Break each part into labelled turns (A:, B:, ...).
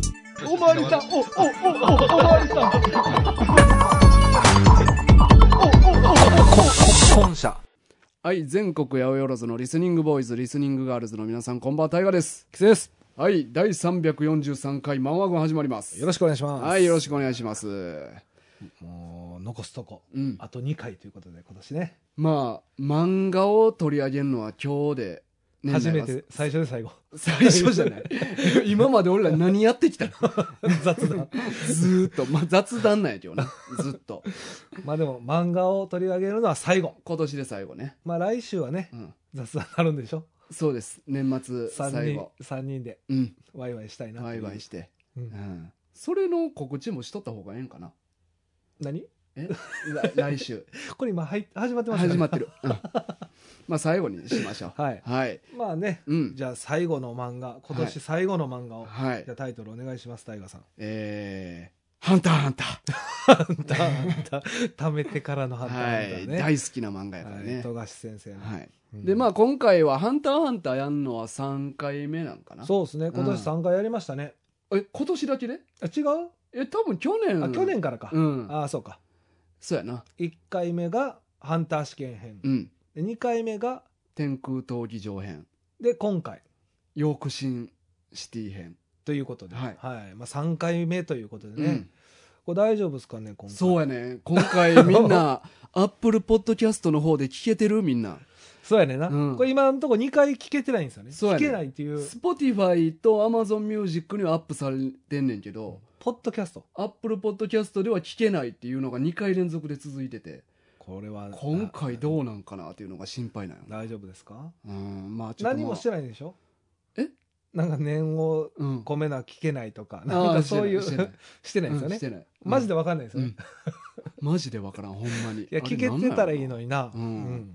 A: まりさん、お、お、お、お、おまりさん。
B: 本社。
C: はい、全国八百万のリスニングボーイズ、リスニングガールズの皆さん、こんばんは、タイガです。
B: キスです。
C: はい、第343回、マンワゴン始まります。
B: よろしくお願いします。
C: はい、よろしくお願いします。
B: もう、残すとこ、
C: うん
B: あと2回ということで、今年ね、
C: まあ、漫画を取り上げるのは今日で、年内
B: 初め
C: は
B: て、最初で最後。
C: 最初じゃない。今まで俺ら何やってきた の
B: 雑談。
C: ずーっと。まあ、雑談なんやけどな。ずっと。
B: まあでも、漫画を取り上げるのは最後。
C: 今年で最後ね。
B: まあ来週はね
C: う、ん。
B: 雑談あるんでしょ
C: そうです。年末最
B: ?3 人
C: 後。、
B: 三人で
C: うん。
B: ワイワイしたいな
C: ワイワイ
B: し
C: して。うん。それの告知もしとった方がええんか な。
B: 何
C: え来来 週。
B: これ今入っ、始まってますよね
C: 始まってる。うん。まあ、最後にしましょう。
B: はい。
C: はい。
B: まあね、
C: うん。
B: じゃあ最後の漫画、今年最後の漫画を、
C: はい
B: じゃ。あタイトルお願いします、タイガさん。
C: えー、ハンターハンター。
B: た、た、貯めてからの判
C: は
B: 断
C: い。
B: だね。
C: 大好きな漫画やから
B: はい
C: ね。
B: 富樫先生の。
C: はい。
B: うん
C: でまあ今回は「ハンターハンター」やんのは3回目なんかな
B: そうですね、今
C: うん
B: 年3回やりましたね。
C: え今年だけで
B: あ違う、
C: え多分去年
B: あ去年からか。
C: うん
B: あそうか。
C: そうやな
B: 1回目がハンター試験編
C: う。ん
B: で2回目が、
C: 天空闘技場編
B: で、今回
C: ヨークシンシティ編、
B: ということで、
C: はい
B: まあ、3回目ということでね、
C: うん
B: これ大丈夫ですかね、今回。
C: そう
B: や
C: やね今回みん なアップルポッドキャストの方で聞けてるみんな
B: そうやねんな、
C: うん
B: これ今のところ2回聞けてないんですよね。
C: そうや
B: 聞
C: ね
B: けないっていう、
C: Spotify と AmazonMusic にはアップされてんねんけど
B: ポッドキャスト。
C: アップルポッドキャストでは聞けないっていうのが2回連続で続いてて
B: これは、
C: 今回どうなんかなっていうのが心配なんよね
B: な大丈夫ですか
C: うんまあちょっと
B: 何もしてないんでしょ
C: え
B: なんか念を
C: まあうん
B: 込めな聞けないとか、
C: あ
B: なん
C: ー
B: かそういう、
C: し
B: してて
C: な
B: ないい
C: う
B: で
C: ん
B: す
C: し。て
B: よね
C: ない
B: マジでわかんないです
C: う
B: よね。
C: んマジでわからんほんまに
B: いや、聞けてたらいいの
C: に
B: にな。
C: うん
B: ま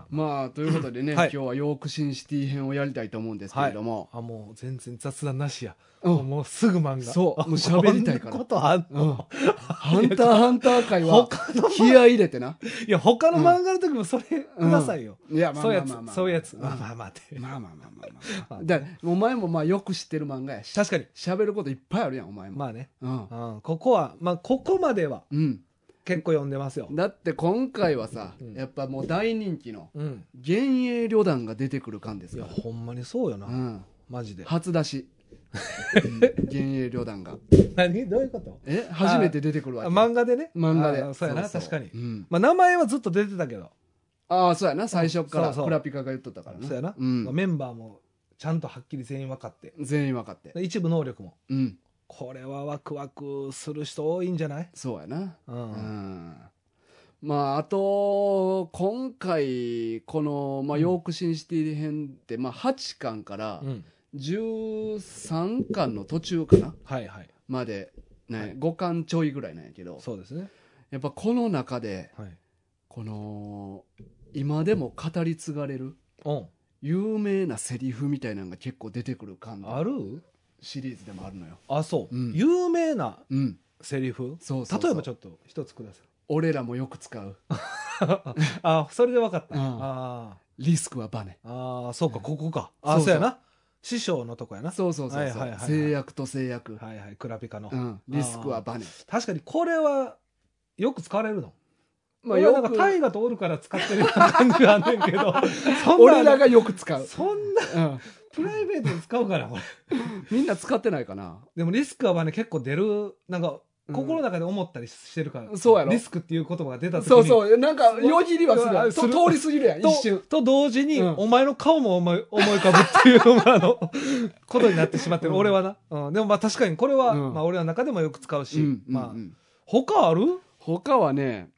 B: あ
C: まあということでね、
B: はい
C: 今日はヨークシンシティ編をやりたいと思うんですけれども、
B: あ、もう全然雑談なしや。
C: うん
B: もうすぐ漫画。
C: そうもう喋りたいから
B: こんなことあん
C: うん
B: の
C: ハンターハンター会は
B: 他の、
C: 気合い入れてない
B: や、他の漫画の時もそれくださいよ。
C: いやまあ
B: そう
C: ま
B: い
C: あ
B: う
C: まあ
B: や
C: まあ
B: つ、そういうやつ。
C: ま
B: ま
C: あ
B: あ
C: ま
B: ま
C: あ
B: あ待って。
C: まあまあまあまあまあだからお前もまあよく知ってる漫画やし
B: 確かに。
C: 喋ることいっぱいあるやんお前も、
B: まあね。
C: うん
B: うん、ここは、まあ、ここまでは
C: うん、
B: 結構読んでますよ。
C: だって今回はさ、
B: うん
C: やっぱもう大人気の
B: うん。
C: 幻影旅団が出てくる感です
B: いや、
C: よ、
B: ほんまにそうよ
C: う
B: な。
C: ん、
B: マジで。
C: 初出しうん幻影旅団が
B: 何どういうこと
C: え初めて出てくるわ
B: あ
C: け
B: 漫画でね。
C: 漫画で
B: あそうやな、確かに
C: う。ん
B: まあ、名前はずっと出てたけど。
C: ああそうやな最初か
B: そ
C: ら
B: うそう
C: プラピカが言っとったからな
B: そうやな。
C: ん
B: メンバーも、ちゃんとはっきり全員分かって。
C: 全員分かって
B: 一部能力も。
C: うん
B: これはワクワクする人多いんじゃない
C: そうやな
B: う。
C: うんんまああと今回このまあ
B: うん
C: ヨークシンシティ編ってまあ8巻から
B: うん
C: 13巻の途中かな
B: はいはい。
C: まで
B: は
C: ね
B: い
C: 5巻ちょいぐらいなんやけど
B: そうですね。
C: やっぱこの中で
B: はい。
C: この今でも語り継がれる
B: うん。
C: 有名なセリフみたいなのが結構出てくる感
B: あ
C: の
B: る
C: シリーズでもあるのよ。
B: あ、そう。
C: うん
B: 有名な
C: うん、
B: セリフ
C: そうそうそう
B: 例えばちょっと一つく ださい。
C: 俺らもよく使う
B: あ、それで分かっ
C: う
B: た。
C: ん
B: あ
C: リスクはバネ。
B: ーあー、そうか、
C: うん
B: ここか。あ、
C: そう
B: そう
C: そう
B: やな。師匠のとこやな。
C: そうそうそうそう、
B: はいはいはいはい
C: 制約と制約、
B: はいはい、クラピカの
C: う。ん、リスクはバネ。
B: 確かにこれは、よく使われるの。
C: ま
B: ま
C: あ
B: あ、
C: よ
B: なんか
C: く
B: 大河とおるから使ってるような感じはあんねんけ ど、そんな
C: 俺らがよく 使う、
B: そんな
C: うん、
B: プライベートで使うから、これ。
C: みんな使ってないかな。
B: でもリスクはね、結構出る、なんか、
C: うん
B: 心の中で思ったりしてるから、
C: そうやろ
B: リスクっていう言葉が出た時に
C: そうそうなんかよぎりはするやん
B: あする
C: と通り過ぎるやん
B: と
C: 一瞬
B: と同時に、
C: うん
B: お前の顔も 思い思い浮かぶっていう、まああの、 ことになってしまってる、
C: うん
B: 俺はな、うん。でもまあ確かにこれは、
C: うん
B: まあ俺の中でもよく使うし、
C: うん
B: まあ
C: うんう、ん
B: 他ある
C: 他はね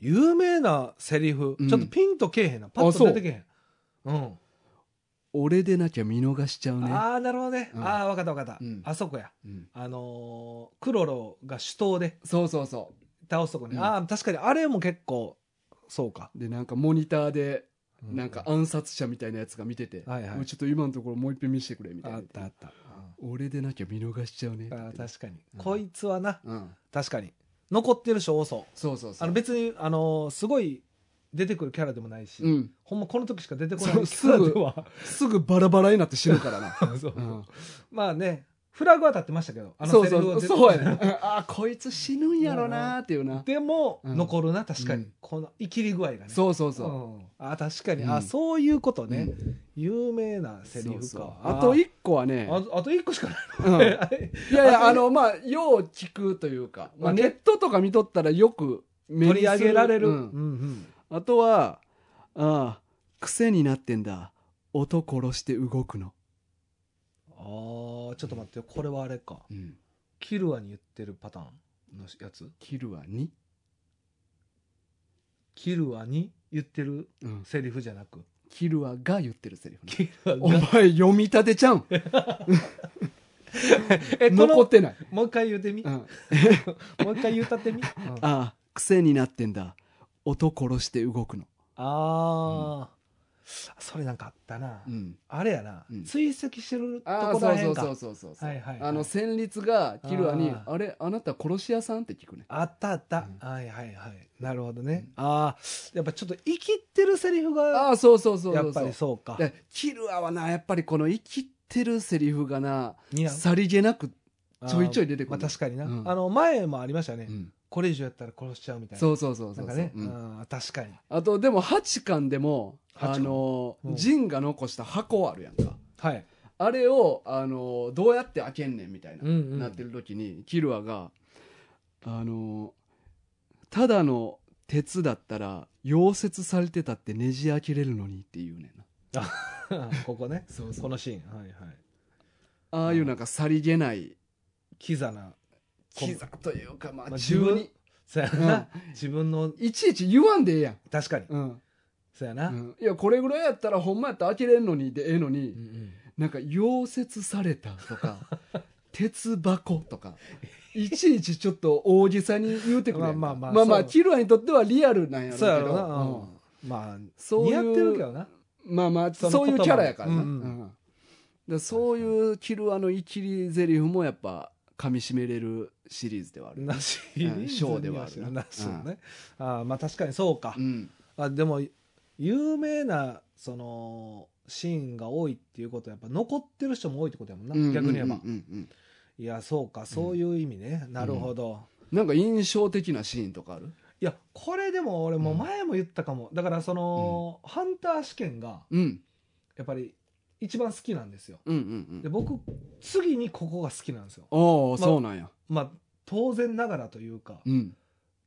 B: 有名なセリフ、
C: うん
B: ちょっとピンとけえへんな。パッと出てけえへん。うん。
C: 俺でなきゃ見逃しちゃうね、
B: ああ、なるほどね。
C: うん
B: ああ、わかったわかった、
C: うん
B: あそこや。
C: うん、
B: あのークロロが手刀で
C: そうそうそ
B: 倒すとこね。
C: うん
B: ああ、確かにあれも結構、そうか。
C: うでなんかモニターで
B: う
C: なんか暗殺者みたいなやつが見てて、
B: はいはい
C: もうちょっと今のところもう一遍見せてくれみたい
B: あ
C: な
B: ったあった。
C: 俺でなきゃ見逃しちゃうね
B: あー確かに、
C: うん
B: こいつはな、
C: うん、
B: 確かに。残ってる人多そう。
C: そうそうそう
B: あの別に、あのーすごい出てくるキャラでもないし、
C: うん、
B: ほんまこの時しか出てこ
C: そ
B: な
C: う
B: いキャラでは。
C: すぐバラバラになって死ぬからな、
B: そう
C: うん
B: まあね、フラグは立ってましたけど、あ
C: そ
B: の
C: う
B: セリフ
C: そ
B: を
C: う
B: 絶対
C: そうやねうんあーこいつ死ぬんやろなーっていうな
B: でも、
C: うん
B: 残るな、確かに、
C: うん
B: この生きり具合がね。
C: そうそうそう
B: うんあ確かに、
C: うん
B: あそういうことね、有名なセリフか
C: そうそうあと
B: 一
C: 一個はね
B: ああと一個しか
C: うん
B: ない、
C: いやいやあのまあよう聞くというかまあ
B: まあね
C: ネットとか見とったらよく目に
B: 取り上げられる、
C: すう
B: うん
C: ん
B: うん
C: あとはああ癖になってんだ音殺して動くの
B: ああちょっと待ってよこれはあれかキルアに言ってるパターンのやつ
C: 切るは2
B: キルアに言ってるセリフじゃなく
C: キルアが言ってるセリフね
B: キルア
C: お
B: が
C: 前読み立てちゃうん
B: えこの
C: 残ってない、
B: もう一回言うてみ、
C: うん、あ
B: もう一回言うたってみ、あ
C: あ癖になってんだ音殺して動くの、
B: あー、それなんかあったな、
C: うん、
B: あれやな、
C: うん
B: 追跡してると
C: ああ
B: こ
C: そ
B: ら
C: う
B: へ
C: そ
B: ん
C: う
B: か
C: そうそうそうそう
B: はいはいはい
C: あの旋律がキルアに「
B: あー
C: あれあなた殺し屋さん?」って聞くね
B: あったあった、
C: うん
B: はいはいはいなるほどね、ああやっぱちょっと生きってるセリフが
C: ああそうそうそう
B: や
C: そ
B: っ
C: うそ
B: ぱ
C: う
B: りそうか
C: だからキルアはなやっぱりこの生きてるセリフがな
B: 似合う
C: さりげなく、ちょいちょい出てくる
B: あーまあ、確かにな、
C: うん
B: あの前もありましたね、
C: うん
B: これ以上やったら殺しちゃうみたいな
C: そうそうそうそう
B: な
C: そ
B: ん
C: う
B: か
C: う
B: ね、
C: ん
B: うん確かに
C: あとでも八巻でも
B: 八巻
C: あのー
B: うん
C: ジンが残した箱あるやんか
B: はい、
C: あれをあのーどうやって開けんねんみたいな、
B: うんうん
C: なってる時にキルアがあのーただの鉄だったら溶接されてたってねじ開けれるのにっていうねんな
B: ここね
C: そう
B: このシーンはいはい
C: ああいうなんかさりげない
B: キザな
C: キザというかま
B: ま
C: あ
B: あ
C: 自分に、
B: そうや
C: うん
B: な、自分の
C: いちいち言わんでええやん、
B: 確かに、
C: うん
B: そうやな、
C: うんいやこれぐらいやったらほんまやったら開けれんのにでええのに、
B: うんうん
C: なんか溶接されたと か鉄箱とかいちいちちょっと大げさに言うてくるやんか
B: まあまあまあ
C: まあまあ
B: そう
C: キルアにとってはリアルなんやろうけ
B: そうや
C: ど
B: ろな、うん
C: うん
B: まあ
C: そういう
B: 似合ってるけどな
C: まあまあ
B: その
C: そういうキャラやからな、
B: 言葉もうんうん
C: うんだからそういうキルアのいきり台詞もやっぱ噛み締めれるシリーズではある、
B: なし、
C: うんショーではあるな
B: なしのね。あーまあ確かにそうか
C: う。ん
B: あでも、有名な、その、シーンが多いっていうことは、やっぱ残ってる人も多いってことやもんな。逆に言えば
C: うん。うんうん
B: いや、そうか、そういう意味ね。なるほど。
C: うんなんか印象的なシーンとかある
B: いや、これでも俺も
C: うん
B: 前も言ったかも。だから、その、ハンター試験が、
C: うん
B: やっぱり、一番好きなんですよ。
C: うんうんう
B: で、
C: ん
B: 僕、次にここが好きなんですよ。
C: おお、
B: まあ
C: そうなんや
B: まあ、当然ながらというか、
C: うん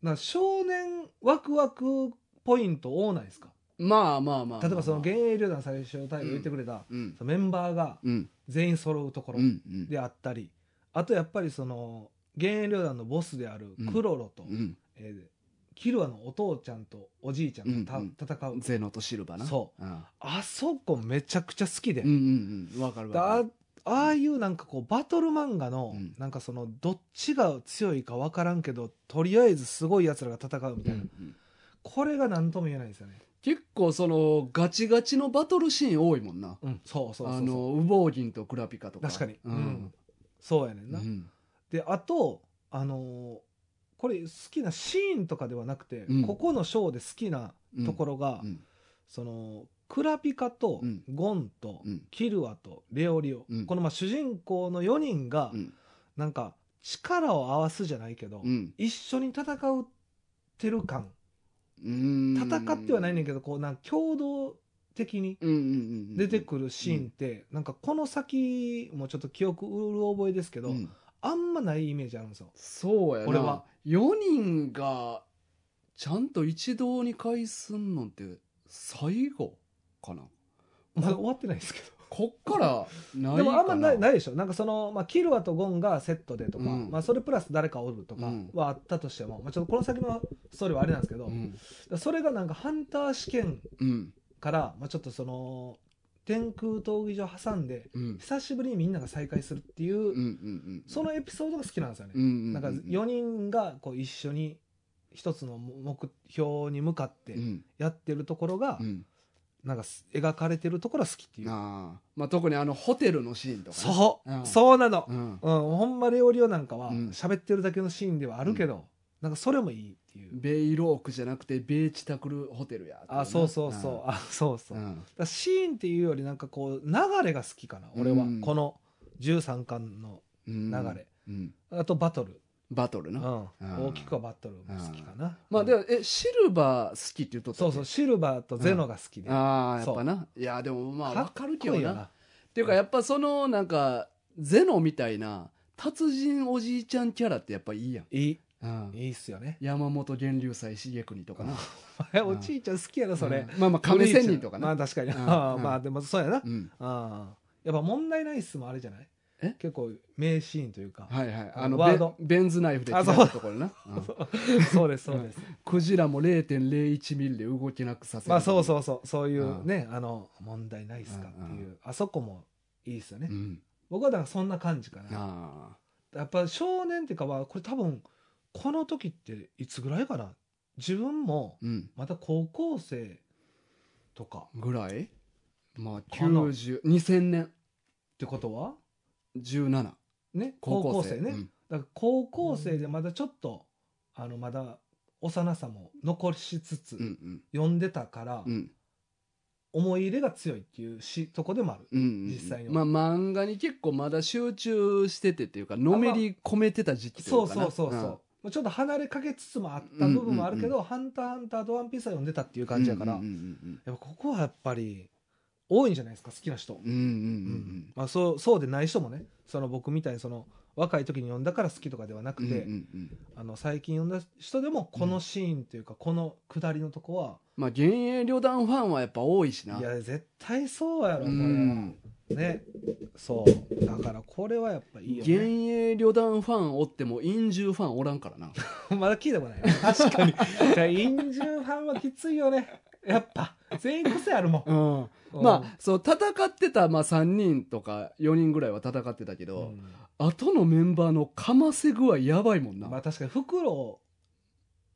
B: な少年ワクワクポイント多ないですか
C: まあまあまあまあ、
B: 例えばその現役旅団最初の隊を言ってくれた、
C: うん
B: そのメンバーが
C: うん
B: 全員揃うところ
C: うんうん
B: であったり、あとやっぱりその現役旅団のボスであるクロロと、
C: うん
B: えーキルアのお父ちゃんとおじいちゃんがた、
C: うん
B: 戦う
C: ゼノとシルバな、
B: そう
C: うん、
B: あそこめちゃくちゃ好きで、
C: うんうんうんわかる
B: で
C: わか
B: あ
C: る
B: ああいうなんかこうバトル漫画の、
C: うん
B: なんかそのどっちが強いか分からんけどとりあえずすごいやつらが戦うみた
C: う
B: いな、
C: んうん
B: これが何とも言えないんですよね、
C: 結構そのガチガチのバトルシーン多いもんな
B: うん、そうそうそうそう
C: あのウボウギンとクラピカとか
B: 確かに、
C: う
B: うんん、そうやねん
C: う
B: な、
C: ん
B: であとあのーこれ好きなシーンとかではなくて、
C: うん
B: ここのショーで好きなところが、
C: うん
B: そのクラピカと
C: うん
B: ゴンと
C: うん
B: キルアとレオリオ、
C: うん
B: このまあ主人公の4人が、
C: うん
B: なんか力を合わすじゃないけど、
C: うん
B: 一緒に戦うてる感
C: うん
B: 戦ってはないねんけどこうなんか共同的に
C: うんうんうん
B: 出てくるシーンって、なんかこの先もちょっと記憶うる覚えですけ
C: け
B: ど、あんまないイメージあるんですよ。
C: そうやな
B: 俺は
C: 4人がちゃんと一堂に会すんのって最後かな
B: まだ終わってないですけ
C: こっからないかな
B: ど。でもあんまないないでしょ。なんかその、まあ、キルアとゴンがセットでとか、
C: うん
B: まあ、それプラス誰かおるとか
C: うん
B: はあったとしても、まあ、ちょっとこの先のストーリーはあれなんですけど、
C: うん
B: それがなんかハンター試験
C: うん
B: から、まあ、ちょっとその、天空闘技場挟んで、
C: うん
B: 久しぶりにみんなが再会するっていう、
C: うんうん
B: そのエピソードが好きなんですよね。
C: うんうん
B: なんか4人がこう一緒に一つの目標に向かって
C: うん
B: やってるところが、
C: うん
B: なんか描かれてるところが好きっていう。
C: ああまあ特にあのホテルのシーンとかね
B: そう、
C: うん
B: そうなの、
C: うん
B: うん、ほんまレオリオなんかは
C: うん
B: 喋ってるだけのシーンではあるけど、なんかそれもいいっていう。
C: ベイロークじゃなくてベイチタクルホテルや
B: あ、そうそうそう、あ、そうそう。だからシーンっていうよりなんかこう流れが好きかな、俺は。
C: うん
B: この13巻の
C: 流
B: 流れ、
C: うん、
B: あとバトル、
C: バトル
B: う
C: な、
B: ん、
C: ー
B: 大きくはバトルも好きかな
C: まあでもえシルバー好きって言っとった
B: そ
C: っ
B: う
C: け
B: そうシルバーとゼノが好きで、
C: ああやっぱないやでもまあ
B: か
C: わ
B: っ
C: か
B: こ
C: る
B: いい
C: けど
B: よ
C: な
B: な
C: っていうかやっぱそのなんかゼノみたいな達人おじいちゃんキャラってやっぱいいやん、
B: いい
C: うん
B: いいっすよね
C: 山本源流斎重国とかな
B: お前おじいちゃん好きやな それ、
C: うんまあまあ亀仙人とかな
B: まあ確かに、
C: うん
B: まあでもそうやな、
C: うん
B: ああやっぱ問題ないっすもあれじゃない
C: え
B: 結構名シーンというか、
C: はいはいあの
B: ワ
C: ベ
B: ード
C: ベンズナイフで切られたところな、うん
B: そうですそうです、
C: クジラも0.01ミリで動けなくさせる
B: まあそうそうそうそういううんね、あの問題ないっすかっていう、あそこもいいっすよね、
C: うん
B: 僕はだからそんな感じかな、
C: あ
B: やっぱ少年っていうかはこれ多分この時っていつぐらいかな自分も
C: ーうん
B: また高校生とかっ
C: ぐらいまあ
B: かな
C: 90 2000年
B: てことは
C: 17
B: ね
C: 高
B: 高
C: 校
B: 校
C: 生
B: 生ね、だから高校生でまだちょっと、あのまだ幼さも残しつつ、
C: うんうん
B: 読んでたから、
C: うんうん
B: 思い入れが強いっていうしとこでもある、
C: うんうん
B: 実際の
C: まあ漫画に結構まだ集中しててっていうかのめり込めてた時期とい
B: そうう
C: か
B: そ
C: な
B: うそうそう、もうちょっと離れかけつつもあった部分もあるけど、
C: うん
B: ハンターハンターとワンピースは読んでたっていう
C: うん
B: 感じやから、
C: うんうん
B: やっぱここはやっぱり多いんじゃないですか好きな人、
C: うんうんうん
B: うん
C: うん
B: まあ、そうそうでない人もねその僕みたいにその若い時に読んだから好きとかではな
C: う
B: く
C: んう
B: て、
C: んうんうん
B: あの最近読んだ人でもこのシーンというか、この下りのとこは
C: まあ幻影旅団ファンはやっぱ多いしない
B: や絶対そうやろこ
C: う
B: れ、
C: ん
B: ねそうだからこれはやっぱいいよ
C: 幻
B: ね
C: 影旅団ファンおっても陰獣ファンおらんからな
B: まだ聞いたことないよ確かに陰獣犯はきついよねやっぱ全員癖あるもん、
C: うんまあそう戦ってた、まあ、3人とか4人ぐらいは戦ってたけ
B: う
C: ど、
B: ん
C: 後のメンバーのかませ具合やばいもんな、
B: まあ確かに袋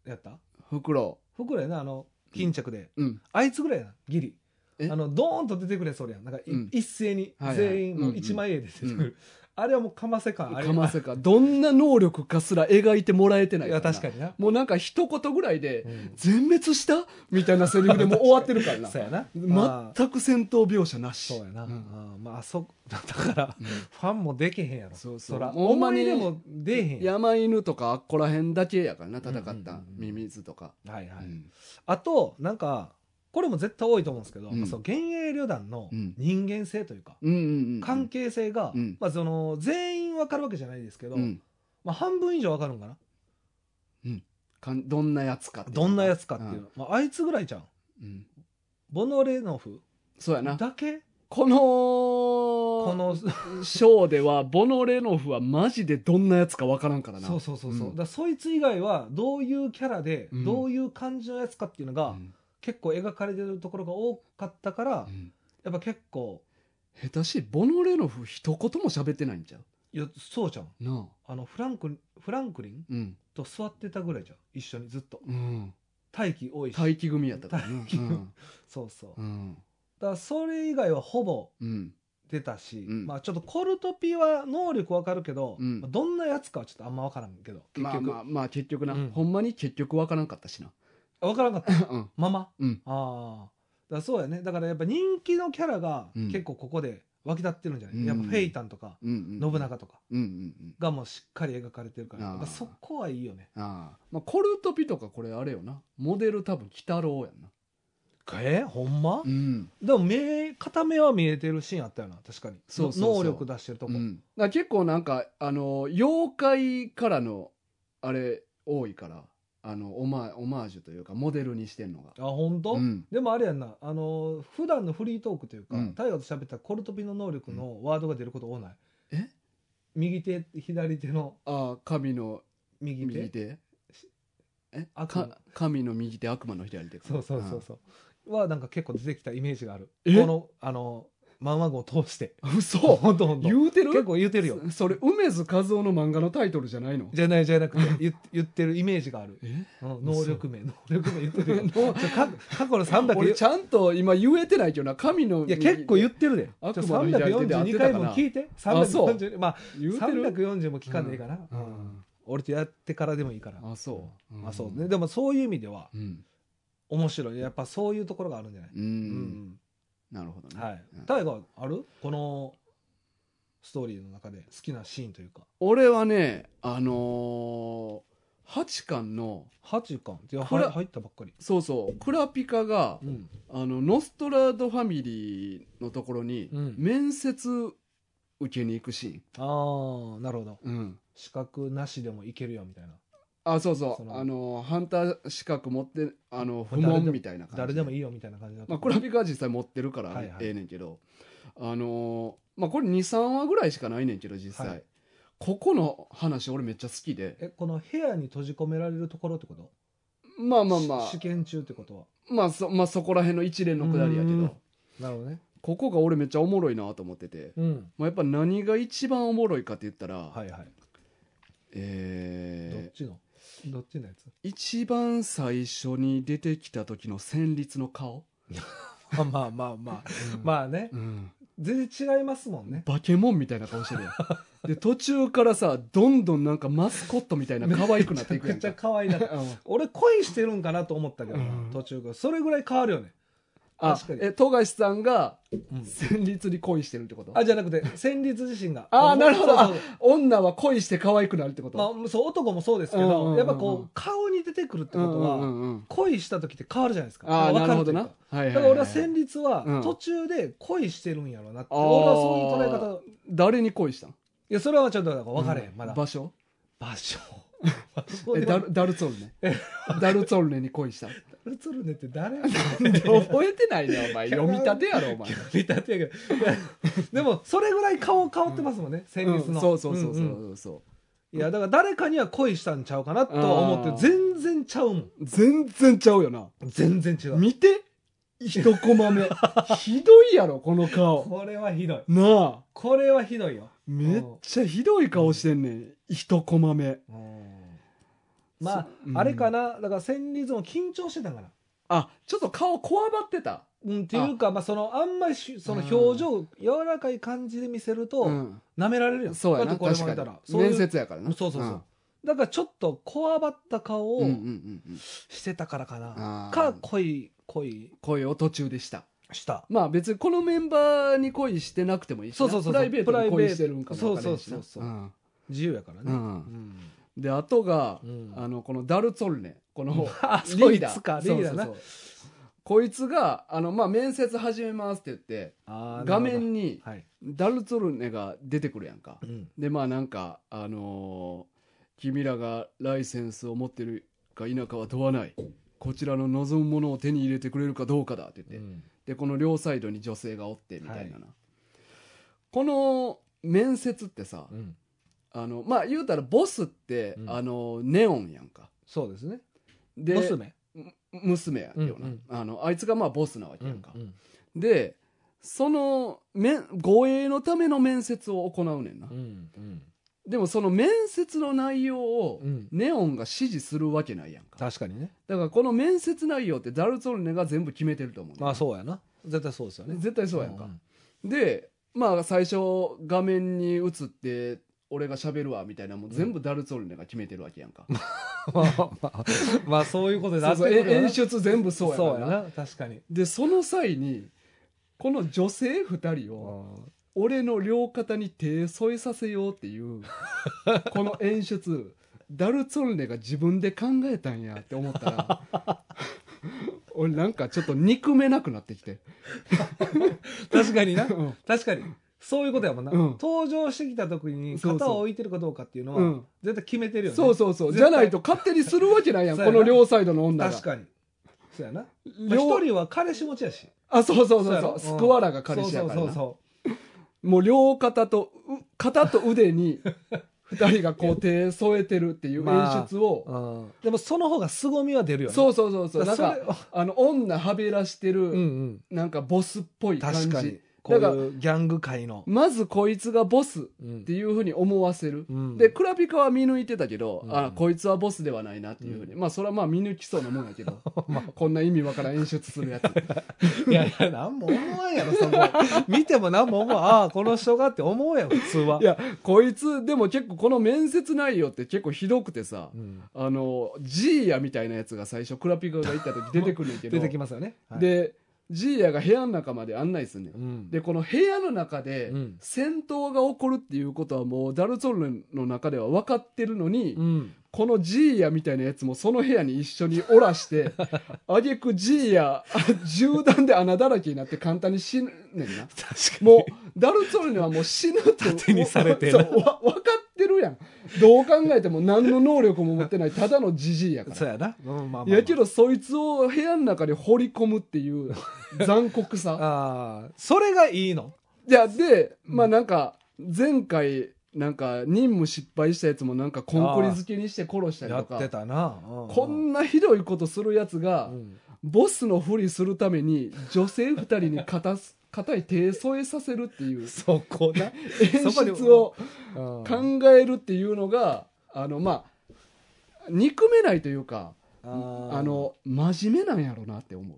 B: やった
C: 袋
B: 袋やなあの巾着で、
C: うん
B: あいつぐらいやなギリ
C: え
B: あのドーンと出てくれそうやんなんかい、
C: うん
B: 一斉に
C: はいはい
B: 全員
C: うん
B: も
C: うん
B: う一枚絵で出てくる、あれはもうかませ感あれ
C: かませかどんな能力かすら描いてもらえてないい
B: や
C: らな
B: 確かにな、
C: もうなんか一言ぐらいで
B: うん
C: 「全滅した?」みたいなセリフでもう終わってるからな
B: そうやなまあ
C: 全く戦闘描写なし
B: そうやな、
C: うん
B: あーまああそ だから、
C: うん
B: ファンもでけへんやろ
C: そうそう
B: ら
C: ほんま
B: 思
C: に
B: い入れも出えへんや
C: 山犬とかあっこら辺だけやからな戦った、
B: うんうんうんうん
C: ミミズとか、
B: んはいはい、
C: うん
B: あとなんかこれも絶対多いと思うんですけど、
C: うん
B: その幻影旅団の
C: うん
B: 人間性というか、
C: うんうんうん
B: 関係性が、
C: うん
B: まあ、その全員わかるわけじゃないですけど、
C: うん
B: まあ、半分以上わかるんかな
C: かんどんなやつかっていうの
B: ど
C: が
B: んなやつかっていう、まあ、あいつぐらいじゃん
C: うんうん
B: ボノレノフ
C: そうやな
B: だけ
C: こ
B: こ
C: の
B: の
C: ショーではボノレノフはマジでどんなやつかわからんからな
B: そうそうそうそう、
C: うん
B: だからそいつ以外はどういうキャラで、
C: うん
B: どういう感じのやつかっていうのが、
C: うん
B: 結構描かれてるところが多かったから、
C: うん
B: やっぱ結構
C: 下手しいボノレノフ一言も喋ってないんちゃう
B: いやそうじゃん
C: なあ
B: あのフランクフランクリン
C: うん
B: と座ってたぐらいじゃん一緒にずっと
C: うん
B: 待機多いし
C: 待機組やったからな
B: 待機組
C: うん
B: そうそう、
C: う
B: だ
C: ん
B: からそれ以外はほぼ
C: うん
B: 出たし、
C: うん
B: まあちょっとコルトピは能力わかるけど、
C: うん
B: まあどんなやつかはちょっとあんまわからんけど結
C: まあ
B: 局、
C: まあまあ結局な、
B: うん
C: ほんまに結局わからんかったし な
B: あわからんかった
C: うん
B: まま、
C: うん
B: ああだからそうやねだからやっぱ人気のキャラが
C: うん
B: 結構ここで湧き立ってるんじゃない、
C: うん
B: やっぱフェイタンとか
C: うんうん
B: 信長とか
C: うんうん
B: がもうしっかり描かれてるか
C: あ
B: ら
C: ー
B: やっぱそこはいいよね
C: うんああまあコルトピとかこれあれよなモデル多分鬼太郎やんな
B: えほんま、
C: ん
B: でも目片目は見えてるシーンあったよな確かに
C: そうそうそう
B: 能力出してるとこ、
C: うん、だから結構なんかあの妖怪からのあれ多いからあのオマオマージュというかモデルにしてんのが
B: あ本当、
C: うん
B: でもあれやんなあの普段のフリートークというか
C: うん
B: 大河、と喋ったらコルトピの能力のワードが出ること多ない、
C: え
B: 右手左手の
C: ああ神の
B: 右手
C: 右手え
B: 悪魔
C: か神の右手悪魔の左手か
B: そうそうそうそう、はなんか結構出てきたイメージがある
C: え
B: このあの漫画号を 通して
C: あ嘘
B: ほんとほんと
C: 言うてる
B: 結構言ってるよ
C: そ それ梅津和夫の漫画のタイトルじゃないの
B: じゃないじゃなくて言っ言ってるイメージがある
C: え
B: うん能力名能力名言ってるよ
C: の
B: ちょ過去過去の300
C: 俺ちゃんと今言えてないけどな神の
B: いや
C: 右手
B: 結構言ってるで。
C: 悪
B: ちょ
C: 魔の左手で合ってた
B: 342
C: かな
B: 回も聞いて。
C: あそう
B: 342まあ
C: 言うてる、
B: 340も聞かねえかな。
C: う
B: うん
C: ん、
B: 俺とやってからでもいいから。
C: あそう、
B: まあそうね。でもそういう意味では
C: うん
B: 面白い。やっぱそういうところがあるんじゃない。
C: う
B: うんん。
C: なるほどね。
B: はい
C: うん。
B: 大河ある？このストーリーの中で好きなシーンというか
C: 俺はねあのー、8巻の
B: 8巻いや
C: これ
B: は入ったばっかり、
C: そうそうクラピカが
B: うん、
C: あのノストラドファミリーのところに
B: うん
C: 面接受けに行くシ
B: ああなるほど
C: ーン、うん、
B: 資格なしでもいけるよみたいな
C: あそうそ
B: そうの
C: あのハンター資格持ってあの不問みたいな感じ
B: 誰でもいいよみたいな感じだった、
C: まあ、クラピカは実際持ってるから、
B: はいはい
C: ええねんけどあのーまあこれ23話ぐらいしかないねんけど実際、
B: はい
C: ここの話俺めっちゃ好きで
B: えこの部屋に閉じ込められるところってこと
C: まあまあま
B: し試験中ってことは
C: あまあそ,、まあ、そこら辺の一連のくだりやけ
B: うん
C: ど
B: なるほどね
C: ここが俺めっちゃおもろいなと思ってて、
B: うん
C: まあ、やっぱ何が一番おもろいかって言ったら、
B: はいはい、ど
C: え
B: っちのどっちのやつ
C: ー一番最初に出てきた時の戦慄の顔、
B: まあまあま あまあまあね
C: うん、
B: 全然違いますもんね
C: バケモンみたいな顔してるやん で途中からさどんどんなんかマスコットみたいな可愛くなっていく
B: め
C: や
B: っ
C: ん
B: ちゃ
C: か
B: 可愛いな
C: うん
B: 俺恋してるんかなと思ったけどな、
C: うん
B: 途中からそれぐらい変わるよね、
C: あ
B: 確かに
C: え富樫さんが
B: うん
C: 戦慄に恋してるってこと
B: あじゃな くて戦慄自身が
C: あーなるほど
B: そうそう
C: 女は恋して可愛くなるってこと、
B: そうまあ、そう男もそうですけ
C: うんうんうんう
B: ど
C: ん
B: やっぱこう顔に出てくるってこと
C: うんう
B: は
C: んうん
B: 恋した時って変わるじゃないですか
C: ああ
B: わ
C: な
B: か
C: る
B: と
C: ほどな、
B: いうか
C: はいはいはい
B: だから俺は戦慄
C: うん
B: は途中で恋してるんやろうなって、
C: あー
B: 俺はそういう捉え方
C: 誰に恋したん
B: いやそれはちょっとなんか分かれへん、まだ
C: 場所
B: 場所
C: えダ
B: ダ
C: ルダルツォルネダルツォルネに恋したん
B: ルツルネって誰
C: 覚えてないねお前読み立てやろお前
B: 見たってやけどいやでもそれぐらい顔変わってますもんね、先日
C: うん
B: の、
C: そうそうそうそ
B: んん
C: うそう、
B: いやだから誰かには恋したんちゃうかなとは思って
C: あ
B: る全然ちゃうもん
C: 全然ちゃうよな
B: 全然違う
C: 見て一コマ 目ひどいやろこの顔
B: これはひどい
C: なあ
B: これはひどいよ
C: めっちゃひどい顔してんねん一コマ目
B: まあ
C: そ、うん
B: あれかなだから千里も緊張してたから
C: あちょっと顔こわばってた
B: うん、っていうかまあ、そのあんまりしその
C: うん
B: 表情柔らかい感じで見せると、
C: うん
B: 舐められるやん
C: そうや
B: だっ
C: な
B: てこれも
C: 確
B: 見
C: か
B: た
C: に
B: らそういう
C: 面接やからな
B: そうそうそう、だからちょっとこわばった顔
C: うんうんうん
B: を
C: うん
B: してたからかな、
C: あー
B: か恋恋
C: 恋を途中でした
B: した
C: まあ別にこのメンバーに恋してなくてもいいしな
B: そうそうそうそう
C: プライベートに恋してるんかもわからんし
B: プライベート
C: な
B: そうそうそうそう自由やから
C: う
B: ね、
C: んうんであとが
B: うん
C: あのこのダルツォルネこのリ
B: あ
C: ーダ
B: そいつ
C: ー
B: かリーダーな
C: そうそうそうこいつがあのまあ面接始めますって言って
B: あー
C: 画
B: なるほ
C: 面に
B: どはい、
C: ダルツォルネが出てくるやんか
B: うん
C: でまあなんかあのー君らがライセンスを持ってるか否かは問わないこちらの望むものを手に入れてくれるかどうかだって言って、でこの両サイドに女性がおってみたいなな、この面接ってさ、
B: うん
C: あのまあ言うたらボスって、
B: うん
C: あのネオンやんか
B: そうですね
C: で
B: 娘
C: む娘やけどな、
B: うんうん
C: あのあいつがまあボスなわけやんか、
B: うん
C: でその面護衛のための面接を行うねんな、
B: うんうん
C: でもその面接の内容を
B: うん
C: ネオンが指示するわけないやんか。
B: 確かにね
C: だからこの面接内容ってダルツォルネが全部決めてると思うねん、
B: まあそうやな絶対そうですよね
C: 絶対そうやんか。
B: ん
C: で、まあ最初画面に映って俺が喋るわみたいなもん全部ダルツォルネが決めてるわけやんか。
B: まあまあまあそういうことに
C: そ
B: な
C: う
B: って
C: そう
B: くるよな
C: 演出全部そうや
B: そう
C: から
B: や
C: な。
B: な確かに
C: で、その際にこの女性2人を俺の両肩に手添えさせようっていう この演出ダルツォルネが自分で考えたんやって思ったら 俺なんかちょっと憎めなくなってきて
B: 確かにな
C: うん
B: 確かにそういうことやもんな、
C: うん
B: 登場してきた時に
C: そうそう
B: 肩を置いてるかどうかっていうのは
C: うん
B: 絶対決めてるよね、
C: そうそうそう
B: 絶
C: じゃ
B: 対
C: ないと勝手にするわけないやん
B: そ
C: こ
B: うやな
C: の両サイドの女が
B: 確かにそうやなまあ
C: 両
B: 一、人は彼氏持ちやし
C: あそうそうそう
B: や
C: そう
B: ろ
C: スクワラが彼氏やから
B: そう
C: な
B: そうそう
C: もう両肩とう肩と腕 に二人がこう手添えてるっていう
B: まあ
C: 演出を、
B: そう、うんでもその方が凄みは出るよね
C: そうそうそうそうな
B: だ
C: ん
B: から
C: か
B: それを
C: あの女はべらしてる、
B: うんうん
C: なんかボスっぽい感じ
B: 確かにこう
C: だか
B: いうギャング界の、
C: まずこいつがボスっ
B: うん
C: ていうふうに思わせる、
B: うん
C: でクラピカは見抜いてたけど、
B: うん
C: あこいつはボスではないなっていうふうに、まあそれはまあ見抜きそうなもんやけ どこんな意味わからん演出するやつ
B: いやいや何も思わんやろそこ 見ても何も思わんああこの人がって思うやん普通はい
C: やこいつでも結構この面接内容って結構ひどくてさ、
B: うん
C: あ のジーヤみたいなやつが最初クラピカが行った時出てくるんやけど
B: 出てきますよね、はい
C: でジーヤが部屋の中まで案内すんねん
B: うん
C: でこの部屋の中で
B: うん
C: 戦闘が起こるっていうことはもうダルツォルネの中では分かってるのに、
B: うん
C: このジーヤみたいなやつもその部屋に一緒におらして あげくジーヤあ銃弾で穴だらけになって簡単に死ぬねんな
B: 確かに
C: もうダルツォルネはもう死ぬと
B: 盾にされてな
C: そうわ分かってるやんどう考えても何の能力も持ってないただのジジイやから
B: そうやな、うんまあまあまあ
C: いやけどそいつを部屋の中に放り込むっていう残酷 さ
B: ああそれがいいの
C: いや、で、まあなんか、前回、なんか、任務失敗したやつもなんか、コンコリ漬けにして殺したり
B: や
C: と
B: って
C: か、
B: たな、う
C: こんなひどいことするやつが、
B: うん
C: ボスのふりするために、女性二人に固す、 固い手添えさせるっていう
B: そこな、
C: 演
B: そこで
C: 出を
B: うん
C: 考えるっていうのが、あの、まあ、憎めないというか、
B: あー
C: あの、真面目なんやろなって思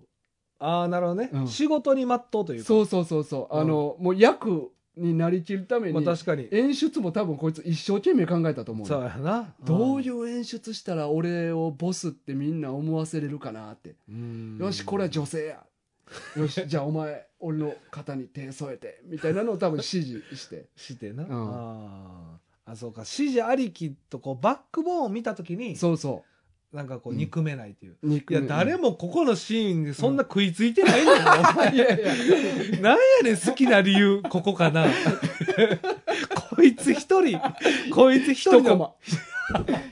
B: あーなるほどね、
C: うん。
B: 仕事に全うといううか
C: そうそうそうそう。あの、もう役になりきるため
B: まあ、
C: に、
B: 確かに
C: 演出も多分こいつ一生懸命考えたと思う
B: そう
C: よ
B: やな
C: どう
B: い
C: いう演出したら俺をボスってみんな思わせれるかなって、
B: うん
C: よしこれは女性 やよしじゃあお前俺の肩に手添えてみたいなのを多分指示して
B: してな、
C: ん
B: あーあそうか指示ありきとこうバックボーンを見た時 に
C: そうそ
B: なんかこう
C: うん
B: 憎めないという、
C: う肉
B: いや誰
C: も
B: もここのシーンでそんな食いついてないのよ、お前
C: いやいや
B: なんやねん好きな理由こ こかなこいつ一人こいつ
C: 一
B: 一人
C: コ
B: の
C: マ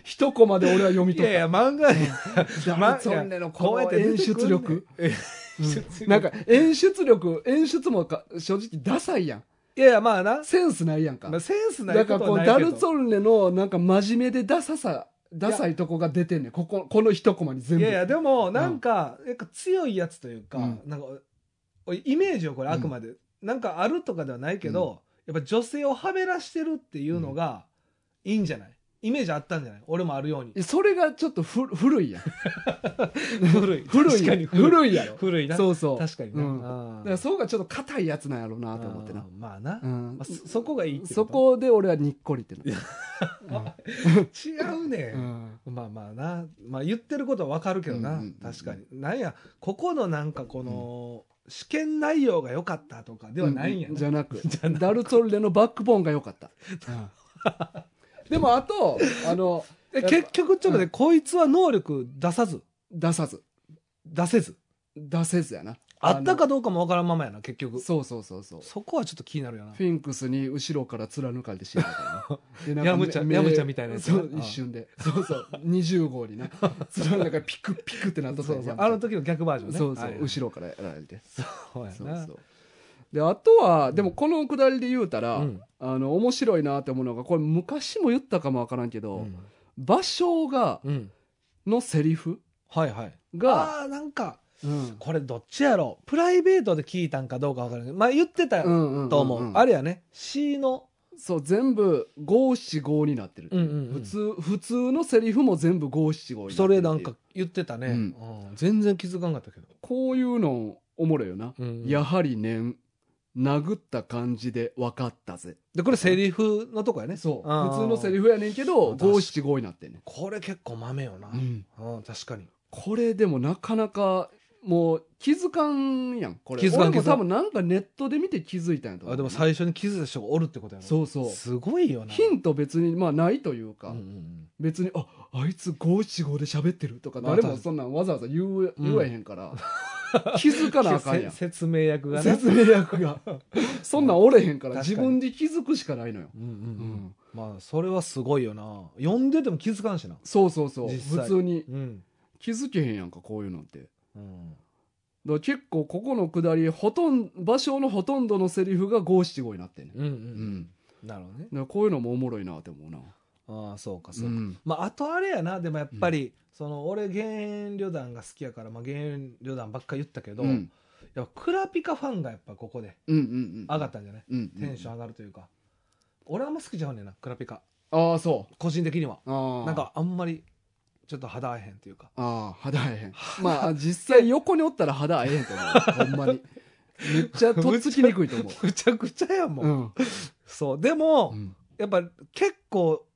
C: 一コマで俺は読み
B: い
C: 取
B: やい
C: った
B: や漫画ま
C: ダルツォンネのこの
B: いやこうや
C: 演
B: って出て
C: 出
B: くん
C: 力
B: ねんえ
C: うんなんか演出力演出もか正直ダサいやん
B: いやいやまあな、
C: センスないやんか
B: まあ、センスな
C: ないんか
B: こと
C: こ
B: は
C: う
B: ない
C: ダ
B: けど
C: ルツォルネのなんか真面目でダサさダサいとこが出てんねんこここの一コマに全
B: い
C: 部
B: やいやでもなんか,、なんか強いやつというか,、
C: うん
B: なんかおイメージをこれあくまで、なんかあるとかではないけど、やっぱ女性をはべらしてるっていうのがいいんじゃないイメージあったんじゃない俺もあるように
C: それがちょっとふ古いやん
B: 古い
C: 古い
B: 確か
C: や
B: に
C: ん
B: 古
C: 古
B: い
C: いやろ
B: 古いな
C: そうそう
B: 確かにな、
C: うん
B: あー
C: だからそうがちょっと硬いやつなんやろうなと思って
B: あ
C: な
B: ーまあな、
C: うん
B: まあ、そそこがいいって
C: そ
B: と
C: こで俺はにっこりってな
B: 違うね、
C: うん
B: まあまあな、まあ、言ってることは分かるけどな、
C: うんうんうんうん
B: 確かになんやここのなんかこの、試験内容が良かったとかではないんや
C: うんじ
B: な、
C: ゃなく
B: じゃなく
C: ダルツォルネのバックボーンが良かったうんでもあとあの
B: え結局ちょっとね、
C: う
B: こいつは能力出さず
C: 出さず
B: 出せず
C: 出せずやな
B: あったかどうかも分からんままやな結
C: あの
B: 局
C: そうそうそうそう
B: そこはちょっと気になるよな
C: フィンクスに後ろから貫かれて死んだ からなでなんか
B: ヤムチャ
C: 目
B: ヤムチャみたいなやつ
C: そう
B: ああ
C: 一瞬でそうそう20号にな貫なんかピクピクってなっとった
B: そ
C: や
B: う
C: つ
B: そ
C: や
B: うんあの時の逆バージョンね
C: そうそ
B: は
C: う
B: い
C: 後ろからやられて
B: そうやな
C: そうそうであとはでもこのくだりで言うたら、
B: うん
C: あの面白いなって思うのがこれ昔も言ったかもわからんけど、
B: うん
C: 芭蕉が
B: うん
C: のセリフ
B: はいはい
C: が、
B: あーなんか
C: うん
B: これどっちやろうプライベートで聞いたんかどうか分からんけどまあ言ってた
C: うんうんんん
B: と思う、あれやね C の
C: そう全部五七五になってる、
B: うんうんうん
C: 普通普通のセリフも全部五七五になってる
B: そ
C: ってい
B: れ
C: う
B: なんか言ってたね、
C: う
B: うんん全然気づかんかったけど、
C: こういうのおもろいよな、やはり念殴った感じで分かったぜ
B: でこれセリフのとこやね
C: そう
B: あー
C: 普通のセリフやねんけど
B: 確かに
C: 五七五になってんねん、
B: これ結構豆よな、
C: うん
B: うん、確かに
C: これでもなかなかもう気づかんやんこれ
B: 気づかん
C: 俺も
B: 気づかん
C: 多分なんかネットで見て気づいたんやと思う
B: あでも最初に気づいた人がおるってことやろ
C: そうそう
B: すごいよな
C: ヒント別にまあないというか、
B: うんうん
C: 別にああいつ五七五で喋ってるとか
B: まあ
C: 誰もそんなんわざわざ言う、言えへんから気づ
B: う
C: か
B: ん
C: なあか んやん
B: せ説明役がね
C: 説明役が そんなんおれへんから
B: 確か
C: 自
B: に
C: 分で気づくしかないのよ、
B: うんうん
C: う
B: うん
C: ん、
B: まあそれはすごいよな呼んでても気づかんしな
C: そうそうそう
B: 実
C: 普
B: 際
C: 通に
B: うん、
C: 気づけへんやんかこういうのってだか
B: うん、
C: ら結構ここのくだりほとん場所のほとんどのセリフが五七五になってんねん、
B: うんうんう
C: うんん
B: なるほどね
C: だからこういうのもおもろいなって思うな
B: ああそうかそう
C: う
B: か、
C: ん
B: まあ、あとあれやなでもやっぱり、その俺原遠旅団が好きやから、まあ、原遠旅団ばっか言ったけど、
C: うん
B: やっぱクラピカファンがやっぱここで
C: うんうん
B: 上がったんじゃない、
C: うん
B: テンション上がるというか、俺あんま好きじゃうねんなクラピカ
C: ああそ
B: 個人的には
C: うああ
B: なんかあんまりちょっと肌合えへんというか
C: ああ肌合えへんまあ実際横におったら肌合えへんと思うほんま にめっちゃとっつきにくいと思う
B: むちゃくちゃやもん、
C: うん
B: そうでも、
C: うん
B: やっぱ結構好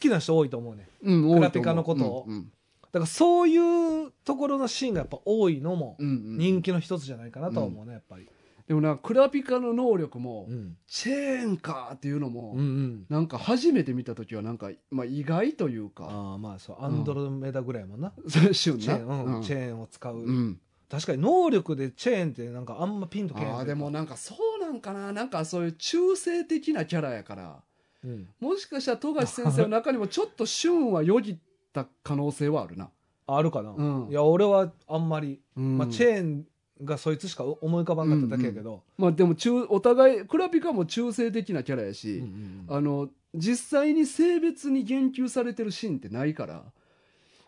B: きな人多いと思うね
C: うん多いと思う
B: クラピカのことを
C: うんうん
B: からそういうところのシーンがやっぱ多いのも
C: うんうん
B: 人気の一つじゃないかなとは思うねやっぱり、
C: でもなクラピカの能力も、
B: ん
C: チェーンかっていうのも、
B: うんうん、
C: なんか初めて見た時はなんか、まあ、意外というか
B: ああまあそうアンドロメダぐらいやもんな、
C: そうしゅん
B: チ
C: な
B: ェーン、うん
C: うん
B: チェーンを使う、
C: うん
B: 確かに能力でチェーンってなんかあんまピンとけえへん
C: あ
B: というか
C: ーでもなんかそうなんかななんかそういう中性的なキャラやから
B: うん
C: もしかしたら富樫先生の中にもちょっとシュンはよぎった可能性はあるな、
B: あるかな、
C: うん
B: いや俺はあんまり、
C: うん
B: まあ、チェーンがそいつしか思い浮かばんかっただけやけど、
C: まあでも中お互いクラピカも中性的なキャラや
B: うん
C: し、
B: うんうん
C: あの実際に性別に言及されてるシーンってないから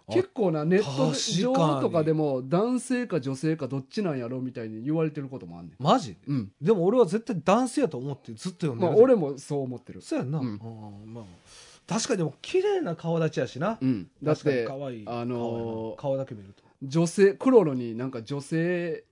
B: あ
C: 結構なネット
B: 確か
C: 上
B: に
C: とかでも男性か女性かどっちなんやろみたいに言われてることもあんねん、
B: マジ
C: うん
B: でも俺は絶対男性やと思ってずっと読んで
C: まあ、
B: る、
C: 俺もそう思ってる、
B: そうやんな、
C: うん
B: うんまあ、確かにでも綺麗な顔立ちやしな、
C: うん、だっ
B: 確かに
C: て
B: 可愛い
C: あのー
B: 顔やな顔だけ見ると
C: 女性クロロになんか女性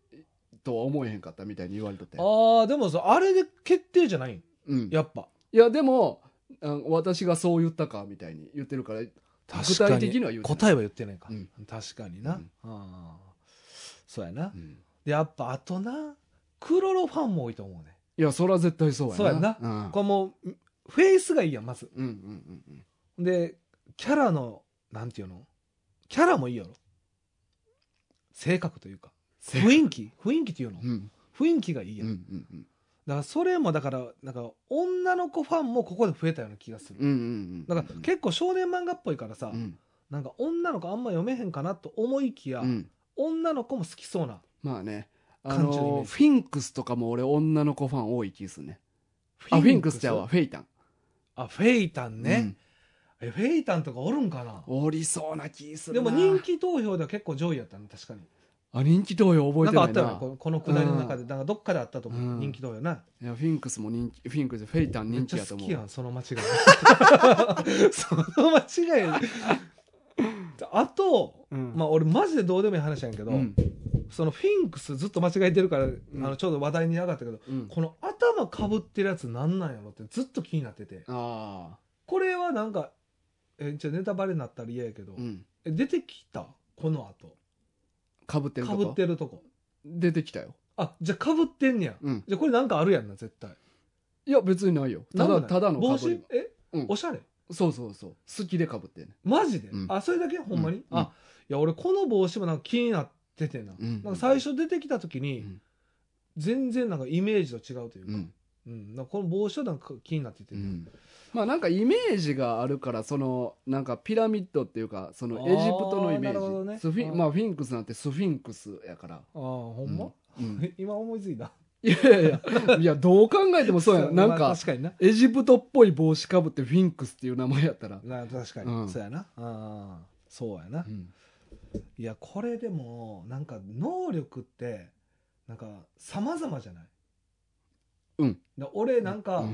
C: とは思えへんかったみたいに言われとって
B: ああでもそあれで決定じゃないん
C: うん、いや
B: やっぱ
C: でもあ私がそう言ったかみたいに言ってるから具体的には言うてない
B: 答えは言ってないか、
C: うん
B: 確かにな、
C: うん
B: あーそうやな
C: う、ん
B: でやっぱあとなクロロファンも多いと思うね
C: いやそれは絶対そうやな
B: そうやな
C: うん
B: これもうフェイスがいいやんまず
C: うんうんうんうん
B: でキャラのなんていうのキャラもいいやろ性格というか雰囲気雰囲気っていうの、
C: うん
B: 雰囲気がいい
C: うん
B: や、
C: うんん
B: だからそれもだからなんか女の子ファンもここで増えたような気がする、
C: うんうんうん
B: だから結構少年漫画っぽいからさ、
C: うん
B: なんか女の子あんま読めへんかなと思いきや、
C: うん
B: 女の子も好きそうな
C: まあねあ
B: 感じるイメー
C: の
B: ジ
C: フィンクスとかも俺女の子ファン多い気すんねあフィンクスちゃうわフェイタン
B: あフェイタンね、えフェイタンとかおるんかな
C: うんおりそうな気す
B: で
C: る
B: も
C: な
B: 人気投票では結構上位やったね確かに
C: あ人気投票覚
B: な
C: え
B: ん
C: て
B: か
C: な
B: あ
C: いな
B: ったよねこのこのくだりの中でなんかどっかであったと思う、
C: うん
B: 人気投票ない
C: やフィンクスも人気フィンクスフェイタン
B: めっ
C: 人
B: ち
C: 気
B: ゃ
C: やと
B: 好
C: 思
B: き
C: う
B: やんその間違い その間違いあと
C: うん
B: まあ俺マジでどうでもいい話やんけど、
C: うん
B: そのフィンクスずっと間違えてるから、あのちょうど話題に上がったけど
C: うん
B: この頭かぶってるやつなんなんやろってずっと気になってて
C: ああ
B: これはなんかえじゃあネタバレになったら嫌やけど、
C: うん
B: え出てきたこの後
C: かぶってる
B: か
C: と
B: ぶ
C: こ
B: ってるとこ
C: 出てきたよ
B: あじゃあかぶってんねや
C: うん
B: じゃあこれなんかあるやんな絶対
C: いや別にないよただ
B: なんかない
C: ただの
B: 帽
C: かぶ
B: 子
C: り
B: え、
C: うん
B: おしゃれ
C: そうそうそう好きでかぶってんね
B: マジで、
C: うん
B: あそれだけほんまに、
C: うん
B: あいや俺この帽子もなんか気になっててな,、
C: うん
B: なんか最初出てきた時に、
C: うん
B: 全然なんかイメージと違うというか,、
C: うん
B: うんなんかこの帽子はなんか気になってて、
C: まあなんかイメージがあるからそのなんかピラミッドっていうかそのエジプトのイメ
B: あーなるほど
C: ー
B: ね
C: ジスフィ
B: あー
C: ンまあフィンクスなんてスフィンクスやから
B: ああほんま、
C: うん
B: 今思いついた
C: いやいやいやいやどう考えてもそうやんなん
B: まあ
C: か
B: 確かにな
C: エジプトっぽい帽子かぶってフィンクスっていう名前やったら
B: な確かに、
C: うん
B: そうやなああそうやな、
C: うん
B: いやこれでもなんか能力ってなんか様々じゃない
C: うん
B: だ俺なんか
C: うん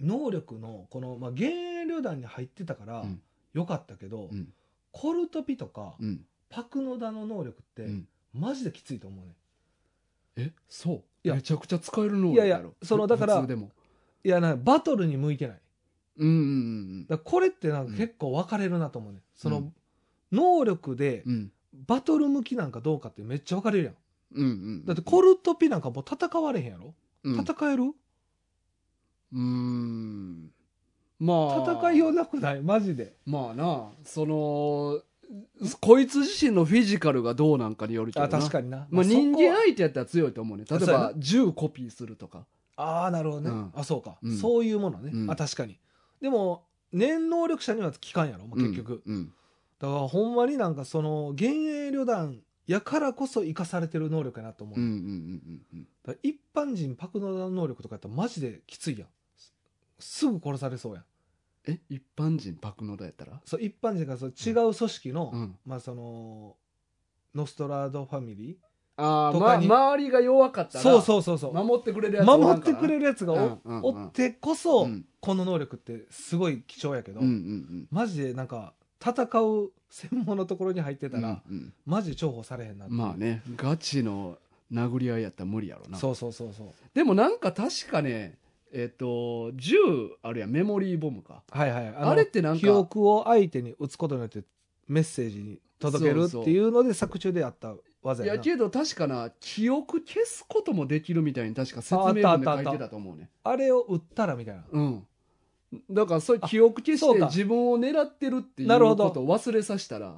B: 能力のこの、まあ、幻影旅団に入ってたから
C: うん
B: よかったけど、
C: うん
B: コルトピとか、
C: うん
B: パクノダの能力って、
C: うん
B: マジできついと思うね
C: えそう
B: いや
C: めちゃくちゃ使える能
B: い
C: 力
B: やいや
C: やろ
B: そのだから
C: 普通でも
B: いやなバトルに向いてない
C: うんうん
B: だこれってなんか結構分かれるなと思うね、そうの
C: ん
B: 能力で
C: うんうん
B: バトル向きなんかどうかってめっちゃ分かれるやん
C: うんうん
B: だってコルトピなんかもう戦われへんやろ、
C: うん
B: 戦える
C: うーんまあ
B: 戦いようなくないマジで
C: まあなそのこいつ自身のフィジカルがどうなんかによるけど
B: あ
C: な
B: 確かにな、
C: まあ、人間
B: あ
C: 相手やったら強いと思うね例え
B: そうやな
C: ば10コピーするとか
B: あーなるほどね、
C: うん
B: あそうか、
C: うん
B: そういうものね、
C: うん
B: あ確かにでも念能力者には効かんやろ、まあ、結局、
C: うんうん
B: だからほんまになんかその幻影旅団やからこそ生かされてる能力やなと思う、
C: うんうんうんうん
B: だから一般人パクノダの能力とかやったらマジできついやんすすぐ殺されそうやん
C: え一般人パクノダやったら
B: そう一般人がそう違う組織の、
C: うん
B: まあそのノストラドファミリ
C: ああ、
B: と
C: ま、
B: かに
C: 周りが弱かっ
B: ー
C: たら
B: そうそうそうそう
C: 守ってくれるやつおら
B: 守
C: ん
B: っ
C: か
B: て
C: ら
B: くれるやつがお,、
C: うんうんうん
B: おってこそ、
C: うん
B: この能力ってすごい貴重やけど、
C: うんうんうん
B: マジでなんか戦う専門のところに入ってたら、
C: うんうん
B: マジで重宝されへんなっていう
C: まあねガチの殴り合いやったら無理やろな
B: そうそうそうそう
C: でもなんか確かねえっ、と銃あるやんメモリーボムか
B: はいはい
C: あれってなんか
B: 記憶を相手に打つことによってメッセージに届けるっていうので作中であった技
C: い
B: や
C: や
B: な
C: けど確かな記憶消すこともできるみたいに確か説明
B: あ
C: 文
B: あっ
C: で
B: たあっ
C: 書
B: た
C: いてたと思うね
B: あれを売ったらみたいな
C: うんだからそういう記憶消
B: あそ
C: し
B: う
C: て
B: か
C: 自分を狙ってるっていう
B: なるほ
C: こ
B: ど
C: とを忘れさせたら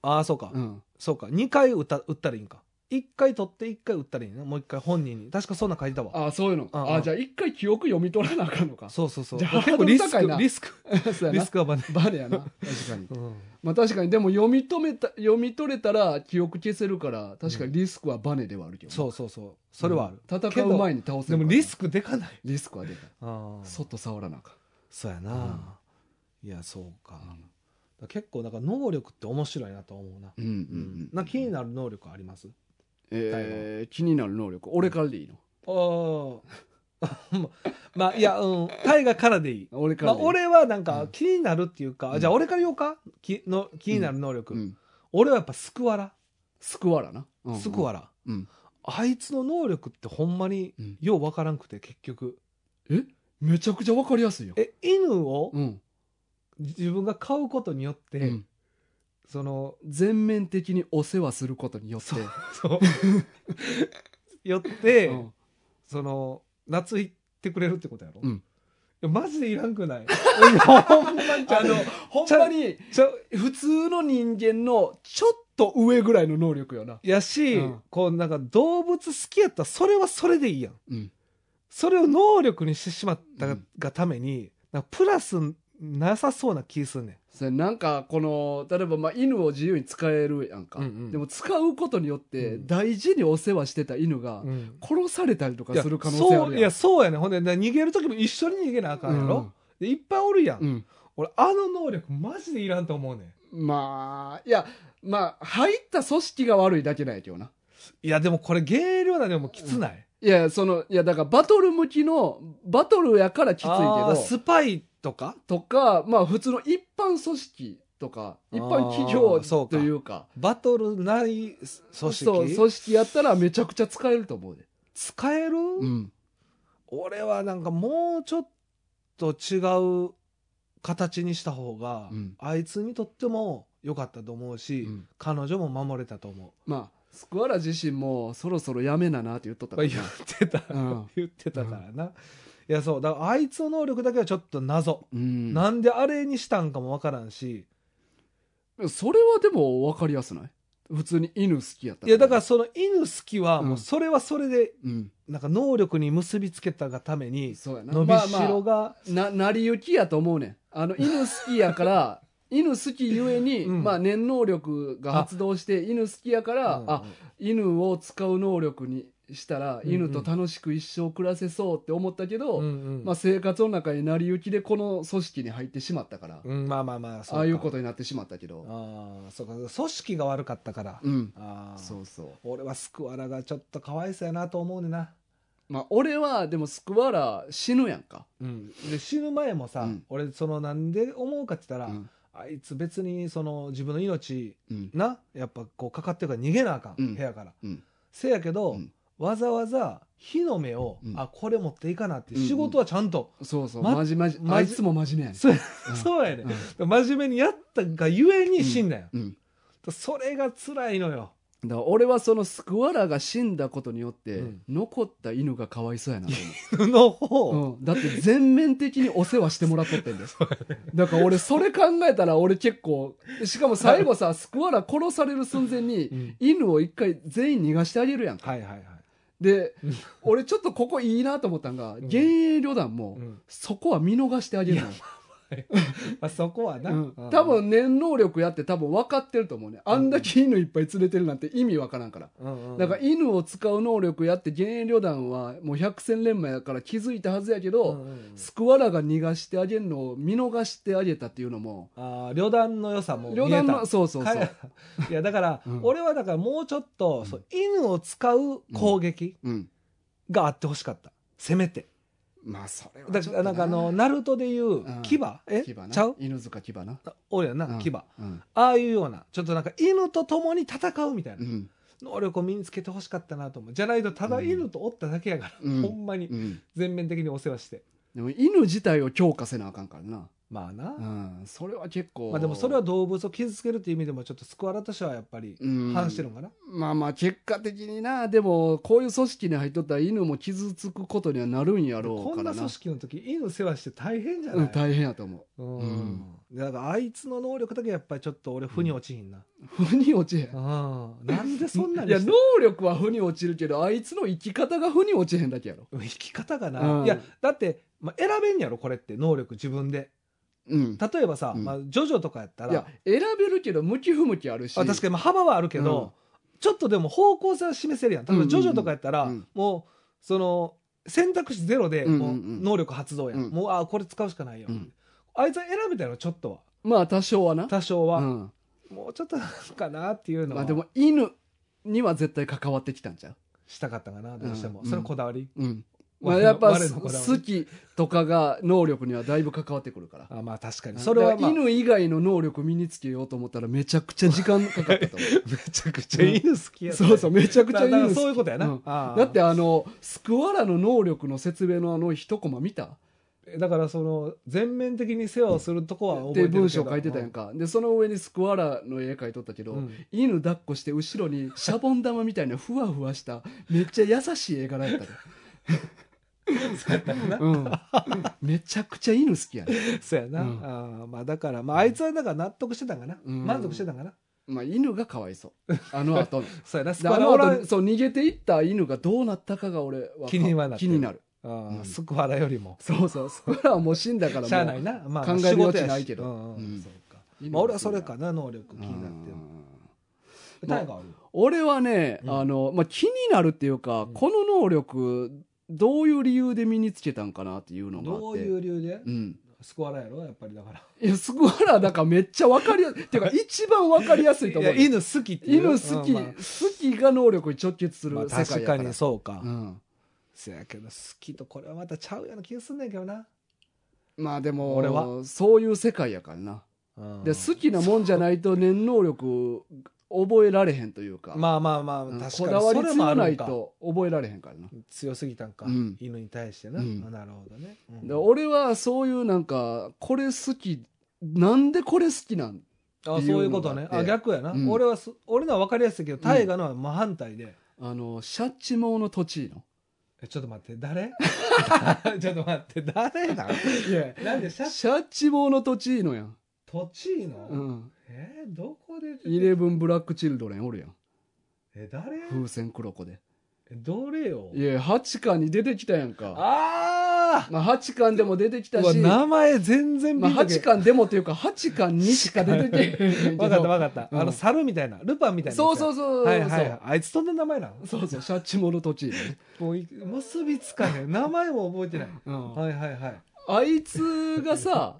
B: ああそうか、
C: うん
B: そうか2回売った売ったらいいんか1回取って1回売ったらいいなもう1回本人に確かそんなん書いてたわ
C: ああそういうの
B: あ
C: あ
B: あ
C: あじゃあ一回記憶読み取らなあかんの か
B: そうそうそう
C: じゃあ
B: 結構リス
C: ハードル高い
B: ク
C: な
B: リスク
C: そうや
B: リ
C: な
B: スクはまね、
C: バレやな確かに
B: うん
C: まあ確かにでも読み止めた読み取れたら記憶消せるから確かにリスクはバネではあるけど、
B: そうそうそうそれはある、
C: うん戦う前に倒せるか
B: で
C: ら
B: もリスクでかない
C: リスクは出た
B: あ
C: そ
B: そ
C: っと触らなあかん
B: そうやな、いやそうか,、
C: うん
B: 結構なんか能力って面白いなと思うな,、
C: うんうん
B: うん
C: うん
B: なんか気になる能力あります
C: えー気になる能力俺からでいいの
B: あー まあいやうん大河からでいい、
C: 俺か
B: ま
C: ら
B: あ、
C: でいい、
B: 俺はなん
C: う
B: か
C: ん
B: 気になるっていうか、
C: うん
B: じゃあ俺から言おうかきの気になる能力、
C: うん、
B: 俺はやっぱスクワラ、
C: スクワラな、うんうん
B: スクワラ
C: うん
B: あいつの能力ってほんまに
C: うん
B: ようわからんくて結局
C: えめちゃくちゃわかりやすいよ
B: え犬を
C: うん、
B: 自分が飼うことによって、
C: うん
B: その
C: 全面的にお世話することによって
B: そう。よって、
C: うん
B: その、夏行ってくれるってことやろ、
C: うん
B: いやマジでいらんくない俺今ほんまにちゃ
C: あ
B: う
C: のほんまに
B: ちゃう
C: 普通の人間のちょっと上ぐらいの能力よな、
B: やし、
C: うん
B: こうなんか動物好きやったらそれはそれでいいやん。
C: うん、
B: それを能力にしてしまったが,、
C: うん
B: ために、なんかプラスなさそうな気すんね
C: それなんかこの例えばまあ犬を自由に使えるやんか、
B: うんうん
C: でも使うことによって
B: うん
C: 大事にお世話してた犬が
B: ん。うん
C: 殺されたりとか
B: いや
C: する可能性あ
B: そう
C: る
B: い
C: や
B: や
C: ん
B: そうやねほんでな逃げる時も一緒に逃げなあかんやろ、でいっぱいおるやん、
C: うんうん
B: 俺あの能力マジでいらんと思うねん
C: まあいやまあ入った組織が悪いだけなんやけどない
B: やでもこれゲールなでもきつない、
C: いやそのいやだからバトル向きのバトルやからきついけ
B: あー
C: ど
B: スパイとか
C: とかまあ普通の一般組織とか一般企
B: あーそ
C: 業
B: う
C: と
B: か
C: いうか
B: バトルないす組織
C: そう組織やったらめちゃくちゃ使えると思うで、
B: 使える、
C: うん、
B: 俺はなんかもうちょっと違う形にした方が、
C: うん
B: あいつにとっても良かったと思うし、
C: うん
B: 彼女も守れたと思
C: まあスクワラ自身もそろそろやめななって言っとっ
B: う、
C: たからな
B: 言ってた、
C: うん
B: 言ってたからな、いやそうだからあいつの能力だけはちょっと謎、
C: うん
B: なんであれにしたんかもわからんし、
C: それはでも分かりやすない普通に犬好きやった
B: いやだから、その犬好きはもううんそれはそれで
C: うん、
B: なんか能力に結びつけたがために
C: そうやな
B: 伸びしろが、
C: な成り行きやと思うねんあの犬好きやから 犬好きゆえに、
B: うん
C: まあ、念能力が発動して犬好きやから、
B: うん
C: あ犬を使う能力にしたら、
B: うんうん
C: 犬と楽しく一生暮らせそうって思ったけど、
B: うんうん
C: まあ、生活の中に成り行きでこの組織に入ってしまったから、
B: うんまあまあまあそうか
C: ああいうことになってしまったけど
B: ああそうか組織が悪かったから、
C: うん
B: ああ
C: そうそう
B: 俺はスクワラがちょっとかわいそうやなと思うねんな、
C: まあ俺はでもスクワラ死ぬやんか、
B: で死ぬ前もさ、
C: うん
B: 俺そのなんで思うかって言った
C: う
B: ら、
C: ん
B: あいつ別にその自分の命
C: うん
B: なやっぱこうかかってるから逃げなあかん、
C: うん
B: 部屋から、
C: うん
B: せやけど、
C: うん
B: わざわざ火の目を、
C: うん
B: あこれ持っていかなって
C: うんうん
B: 仕事はちゃんと、
C: そうそう、
B: ま
C: まじまじ
B: まじ
C: あいつも真面目やね
B: そ
C: う
B: う
C: ん
B: そうやね、
C: うん
B: 真面目にやったがゆえに死んだよ、
C: うん、
B: それが辛いのよ
C: だから俺はそのスクワラが死んだことによって、
B: うん
C: 残った犬がかわいそうやなと
B: の方、
C: 思う、うん、だって全面的にお世話してもらっとってんですだから俺それ考えたら俺結構しかも最後さスクワラ殺される寸前に犬を一回全員逃がしてあげるやんか
B: はいはいはい、
C: で
B: うん
C: 俺ちょっとここいいなと思ったんが
B: ん
C: 幻影旅団も
B: うん
C: そこは見逃してあげるのよ
B: まあ、そこはな、
C: うん
B: うん
C: 多分念能力やって多分分かってると思うねあんだけ犬いっぱい連れてるなんて意味わからんから
B: うんうん
C: だから犬を使う能力やって幻影旅団はもう百戦錬磨やから気づいたはずやけど、
B: うんうんうん
C: スクワラが逃がしてあげるのを見逃してあげたっていうのも
B: あー旅団の良さも見えた
C: 旅団のそうそうそう、
B: はい いやだから、
C: うん
B: 俺はだからもうちょっと、
C: うん
B: そう犬を使う攻撃
C: うん、
B: があってほしかったせめて
C: まあそれは
B: だ
C: ちょ
B: か
C: っと
B: らなんかあのナルトでいうん牙、え
C: 牙な
B: ちゃう
C: 犬塚牙な
B: おるやんな、
C: うん
B: 牙あ
C: うん
B: あいうようなちょっとなんか犬と共に戦うみたいうなん能力を身につけてほしかったなと思うじゃないとただ犬とおっただけやから、
C: うん
B: ほんまに
C: うん
B: 全面的にお世話して、
C: でも犬自体を強化せなあかんからな
B: まあな、
C: うん、それは結構
B: まあでもそれは動物を傷つけるっていう意味でもちょっとスクワラとしてはやっぱり
C: うん
B: 反してるんかな、
C: まあまあ結果的になでもこういう組織に入っとったら犬も傷つくことにはなるんやろう
B: こ
C: か
B: ん
C: ら
B: な
C: な
B: 組織の時犬世話して大変じゃ
C: う
B: ない、
C: ん、大変やと思
B: うん
C: うん
B: でだからあいつの能力だけやっぱりちょっと俺負に落ちひんな、
C: う腑に落ちへん
B: うんなんでそんなに
C: いや
B: して
C: 能力は負に落ちるけどあいつの生き方が負に落ちへんだけやろ
B: 生き方がな、
C: うん
B: いやだって、まあ、選べんやろこれって能力自分で
C: うん
B: 例えばさ、
C: うん
B: まあ、ジョジョとかやった
C: いや
B: ら
C: 選べるけど向き不向きあるし
B: あ確かにまあ幅はあるけど、ちょっとでも方向性は示せるやん例
C: うん
B: え
C: うんう
B: ば
C: ん
B: ジョジョとかやったら、
C: うん
B: もうその選択肢ゼロで
C: うんうん
B: も
C: う
B: うん能力発動やん、
C: うん
B: もうあこれ使うしかないよ、
C: うん
B: あいつは選べたよちょっとは
C: まあ多少はな
B: 多少は、
C: うん
B: もうちょっとなんかなっていうの
C: ま
B: は
C: あでも犬には絶対関わってきたんちゃう
B: したかったかなどうしても、
C: うん
B: それこだわり、
C: うんま
B: 我
C: あ
B: の
C: やっぱ
B: 我のこだわり
C: 好きとかが能力にはだいぶ関わってくるから
B: あまあ確かにそれは、まあ、
C: 犬以外の能力身につけようと思ったらめちゃくちゃ時間かかったと思
B: めちゃくちゃ犬好き
C: う
B: や
C: そうそう
B: う
C: めちゃくちゃ
B: だから
C: 犬
B: そうい
C: 好き
B: うことやな、
C: うん
B: ああ
C: だってあのスクワラの能力の説明のあの一コマ見た
B: だからその全面的に世話をするとこは覚え
C: ってて
B: るけど
C: 文章書いてたやんかでその上にスクワラの絵描いとったけど、
B: うん
C: 犬抱っこして後ろにシャボン玉みたいなふわふわしためっちゃ優しい絵柄やったで、
B: そうやったよな
C: うん、めちゃくちゃ犬好きやね、
B: そうやな、
C: うん
B: ああまあだからまああいつはだから納得してたんかな、
C: うん
B: 満足してたんかな
C: まあ、犬がかわいそうあの 後の
B: そうやなス
C: で
B: ク
C: あ
B: ワラ
C: の
B: おらん
C: 後そう逃げていった犬がどうなったかが俺は
B: 気にはなって
C: 気
B: る
C: になる
B: ああ
C: うん
B: スクワラよりも
C: そうそうスクワラはもう死んだからもう
B: しゃあないな、まあ、
C: 考える
B: 仕事
C: 余
B: や
C: 地
B: し
C: ないけど
B: うんうん
C: うん
B: そうか
C: 犬が
B: まあ、俺はそれか
C: 好
B: な能力
C: き
B: 気
C: や
B: になってる
C: うんうん
B: 大河ある
C: 俺はね、
B: うん
C: あの、まあ、気になるっていうか、
B: うん
C: この能力、どういう理由で身につけたんかなっていうのがあって。
B: どういう理由で
C: うん。
B: スクワラやろやっぱり だから
C: いや、スクワラだからめっちゃわかり やすい。っていうか、一番わかりやすいと思う。
B: いや犬好きっていう
C: 犬好き、
B: うんまあ
C: 好きが能力に直結する
B: まあ
C: 世界や
B: 確か
C: から。
B: にそうか、
C: うん。
B: せやけど好きとこれはまたちゃうような気がすんねんけどな、
C: まあで
B: 俺
C: も、
B: は
C: そういう世界やからな。で、好きなもんじゃないと念能力覚えられへんというか。
B: まあまあまあ
C: うん
B: 確かに
C: こだわり
B: それ
C: 強
B: もあ
C: な
B: るん
C: い
B: か
C: と覚えられへんからな。
B: 強すぎたんか、
C: うん
B: 犬に対してな、
C: うん
B: あなるほどね、うん
C: で俺はそういうなんかこれ好きなんでこれ好きなん
B: あそういうことね
C: っていうのがあっ
B: あ
C: て
B: 逆やな、
C: うん
B: 俺はす俺のは分かりやすいけど大河のは真反対で、
C: あのシャッチモーの栃木の
B: えちょっと待って誰 ちょっと待って誰だ
C: いや
B: なんでシャツ
C: シャッチモーの栃木のやん、
B: 栃木の、
C: うん、
B: えーどこで
C: イレブンブラックチルドレンおるやん
B: え誰
C: 風船黒子で
B: えどれよ
C: いや八巻に出てきたやんか
B: あ
C: まあ八巻でも出てき
B: あ
C: たし、ま
B: 名前全然
C: あ、
B: 見
C: 八巻でもっていうか八巻にしか出てけえへん け
B: 分かった
C: ど
B: 分かった、
C: うん
B: あの猿みたいなルパンみたいな
C: そうそう
B: う
C: そうそう、
B: はいはいはいあいつとんな名前なの
C: そうそうシャッチモーの栃木のね、
B: もうい結びつかへん名前も覚えてない
C: うん
B: はいはいはい
C: あいつがさ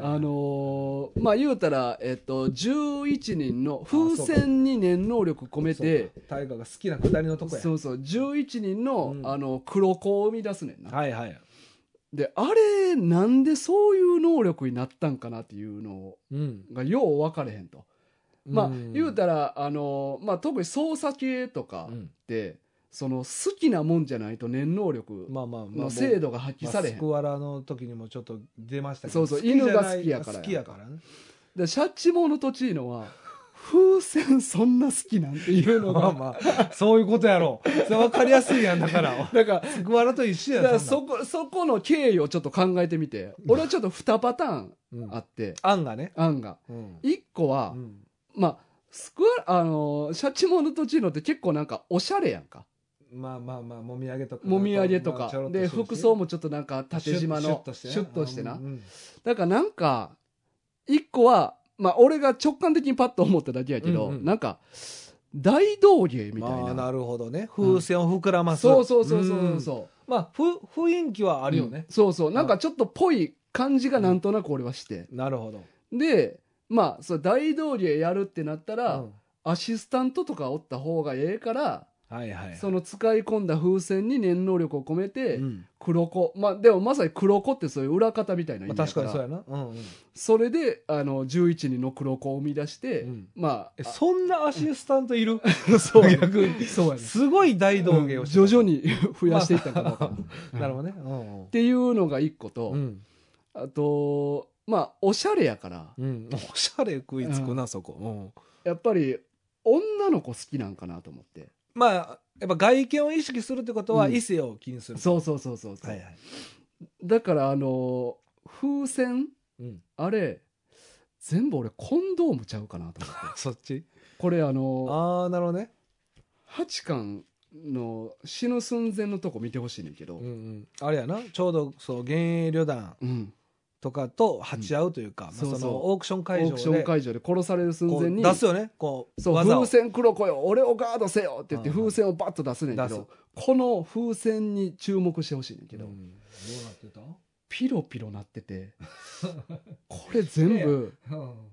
C: あのーまあ言うたら、えっと、11人の風船に念能力込めて
B: そうか大河が好きなくだりのとこ
C: そう
B: や
C: そう11人の,、
B: うん
C: あの黒子を生み出すねんな
B: はいはい
C: であれなんでそういう能力になったんかなっていうの
B: うん
C: がよう分かれへんとまあ、言うたら、あのーまあ、特に操作系とか
B: うん
C: って、その好きなもんじゃないと念能力
B: まあまあま
C: の
B: あ
C: 精度が発揮
B: まあ
C: されへん
B: スクワラの時にもちょっと出ましたけど
C: そうそう
B: じゃない
C: 犬が好きやから
B: 好きやからね
C: でシャッチモのトチーノは風船そんな好きなんていうの
B: まあ
C: が
B: まあそういうことやろそれ分かりやすいやん だから
C: だから
B: スクワラと一
C: だ
B: 緒や
C: か
B: ん
C: ら
B: そ
C: そ
B: ん
C: こそこの経緯をちょっと考えてみて俺はちょっと2パターン
B: なんうん
C: あって
B: 案がね
C: 案が
B: うん
C: 1個は、
B: うん
C: まあスクワあのーシャチモのトチーノって結構なんかおしゃれやんか
B: まあまあまあもみあげとか
C: もみあげと
B: ま
C: か
B: あちょろっ
C: で
B: してるし
C: 服装もちょっとなんか縦縞の
B: シュッとして
C: シュッとして
B: う
C: なん
B: うん
C: だからなんか1個はまあ俺が直感的にパッと思っただけやけど、
B: うんうん
C: なんか大道芸みたい
B: まあ
C: な
B: なるほどね風船を膨らます
C: そうそうそうそ
B: ん
C: うそう
B: まあふ雰囲気はあるよね
C: うんそうそうなんかちょっとぽい感じがなんとなく俺はして、
B: なるほど
C: でまあそう大道芸やるってなったら、
B: うん
C: アシスタントとかおった方がええから、
B: はいはいはい
C: その使い込んだ風船に念能力を込めて、
B: うん
C: 黒子まあでもまさに黒子ってそういう裏方みたいな意
B: まあ
C: 味だ
B: 確
C: か、
B: からにそうやなうんうん
C: それであの11人の黒子を生み出して、
B: うん
C: ま
B: え
C: あ
B: そんなアシスタントい る
C: そう
B: 逆に
C: そうやね
B: すごい大道芸をして
C: 徐
B: た
C: 々に 増やしていったかどうか、
B: なるほどねうんうん
C: っていうのが一個と、
B: うん
C: あと、まあおしゃれやから
B: うん、おしゃれ食いつくな、そこ、うん、
C: やっぱり女の子好きなんかなと思って
B: まあやっぱ外見を意識するってことは
C: うん
B: 異性を気にする、
C: そうそうそうそうそう、
B: はいはい、
C: だからあの風船
B: うん、
C: あれ全部俺コンドームちゃうかなと思って
B: そっち
C: これあの
B: ああなるほどね、
C: 八巻の死ぬ寸前のとこ見てほしいねんけど
B: うんうん、あれやなちょうどそう現役旅団
C: うん、
B: とかと鉢合うというか、
C: そうそ
B: まあ、
C: う
B: そのオークション
C: オ
B: 会
C: ー
B: 場
C: クショ
B: で
C: ン会場で殺される寸
B: こ
C: 前
B: う
C: に
B: 出すよねこう
C: そう
B: 技を
C: 風船黒子よ俺をガードせよって言って
B: うんうん
C: 風船をバッと出すねんけ
B: 出す
C: どこの風船に注目してほしいねんけ
B: けど、
C: ど、
B: どうなってた
C: ピロピロなって てこれ全部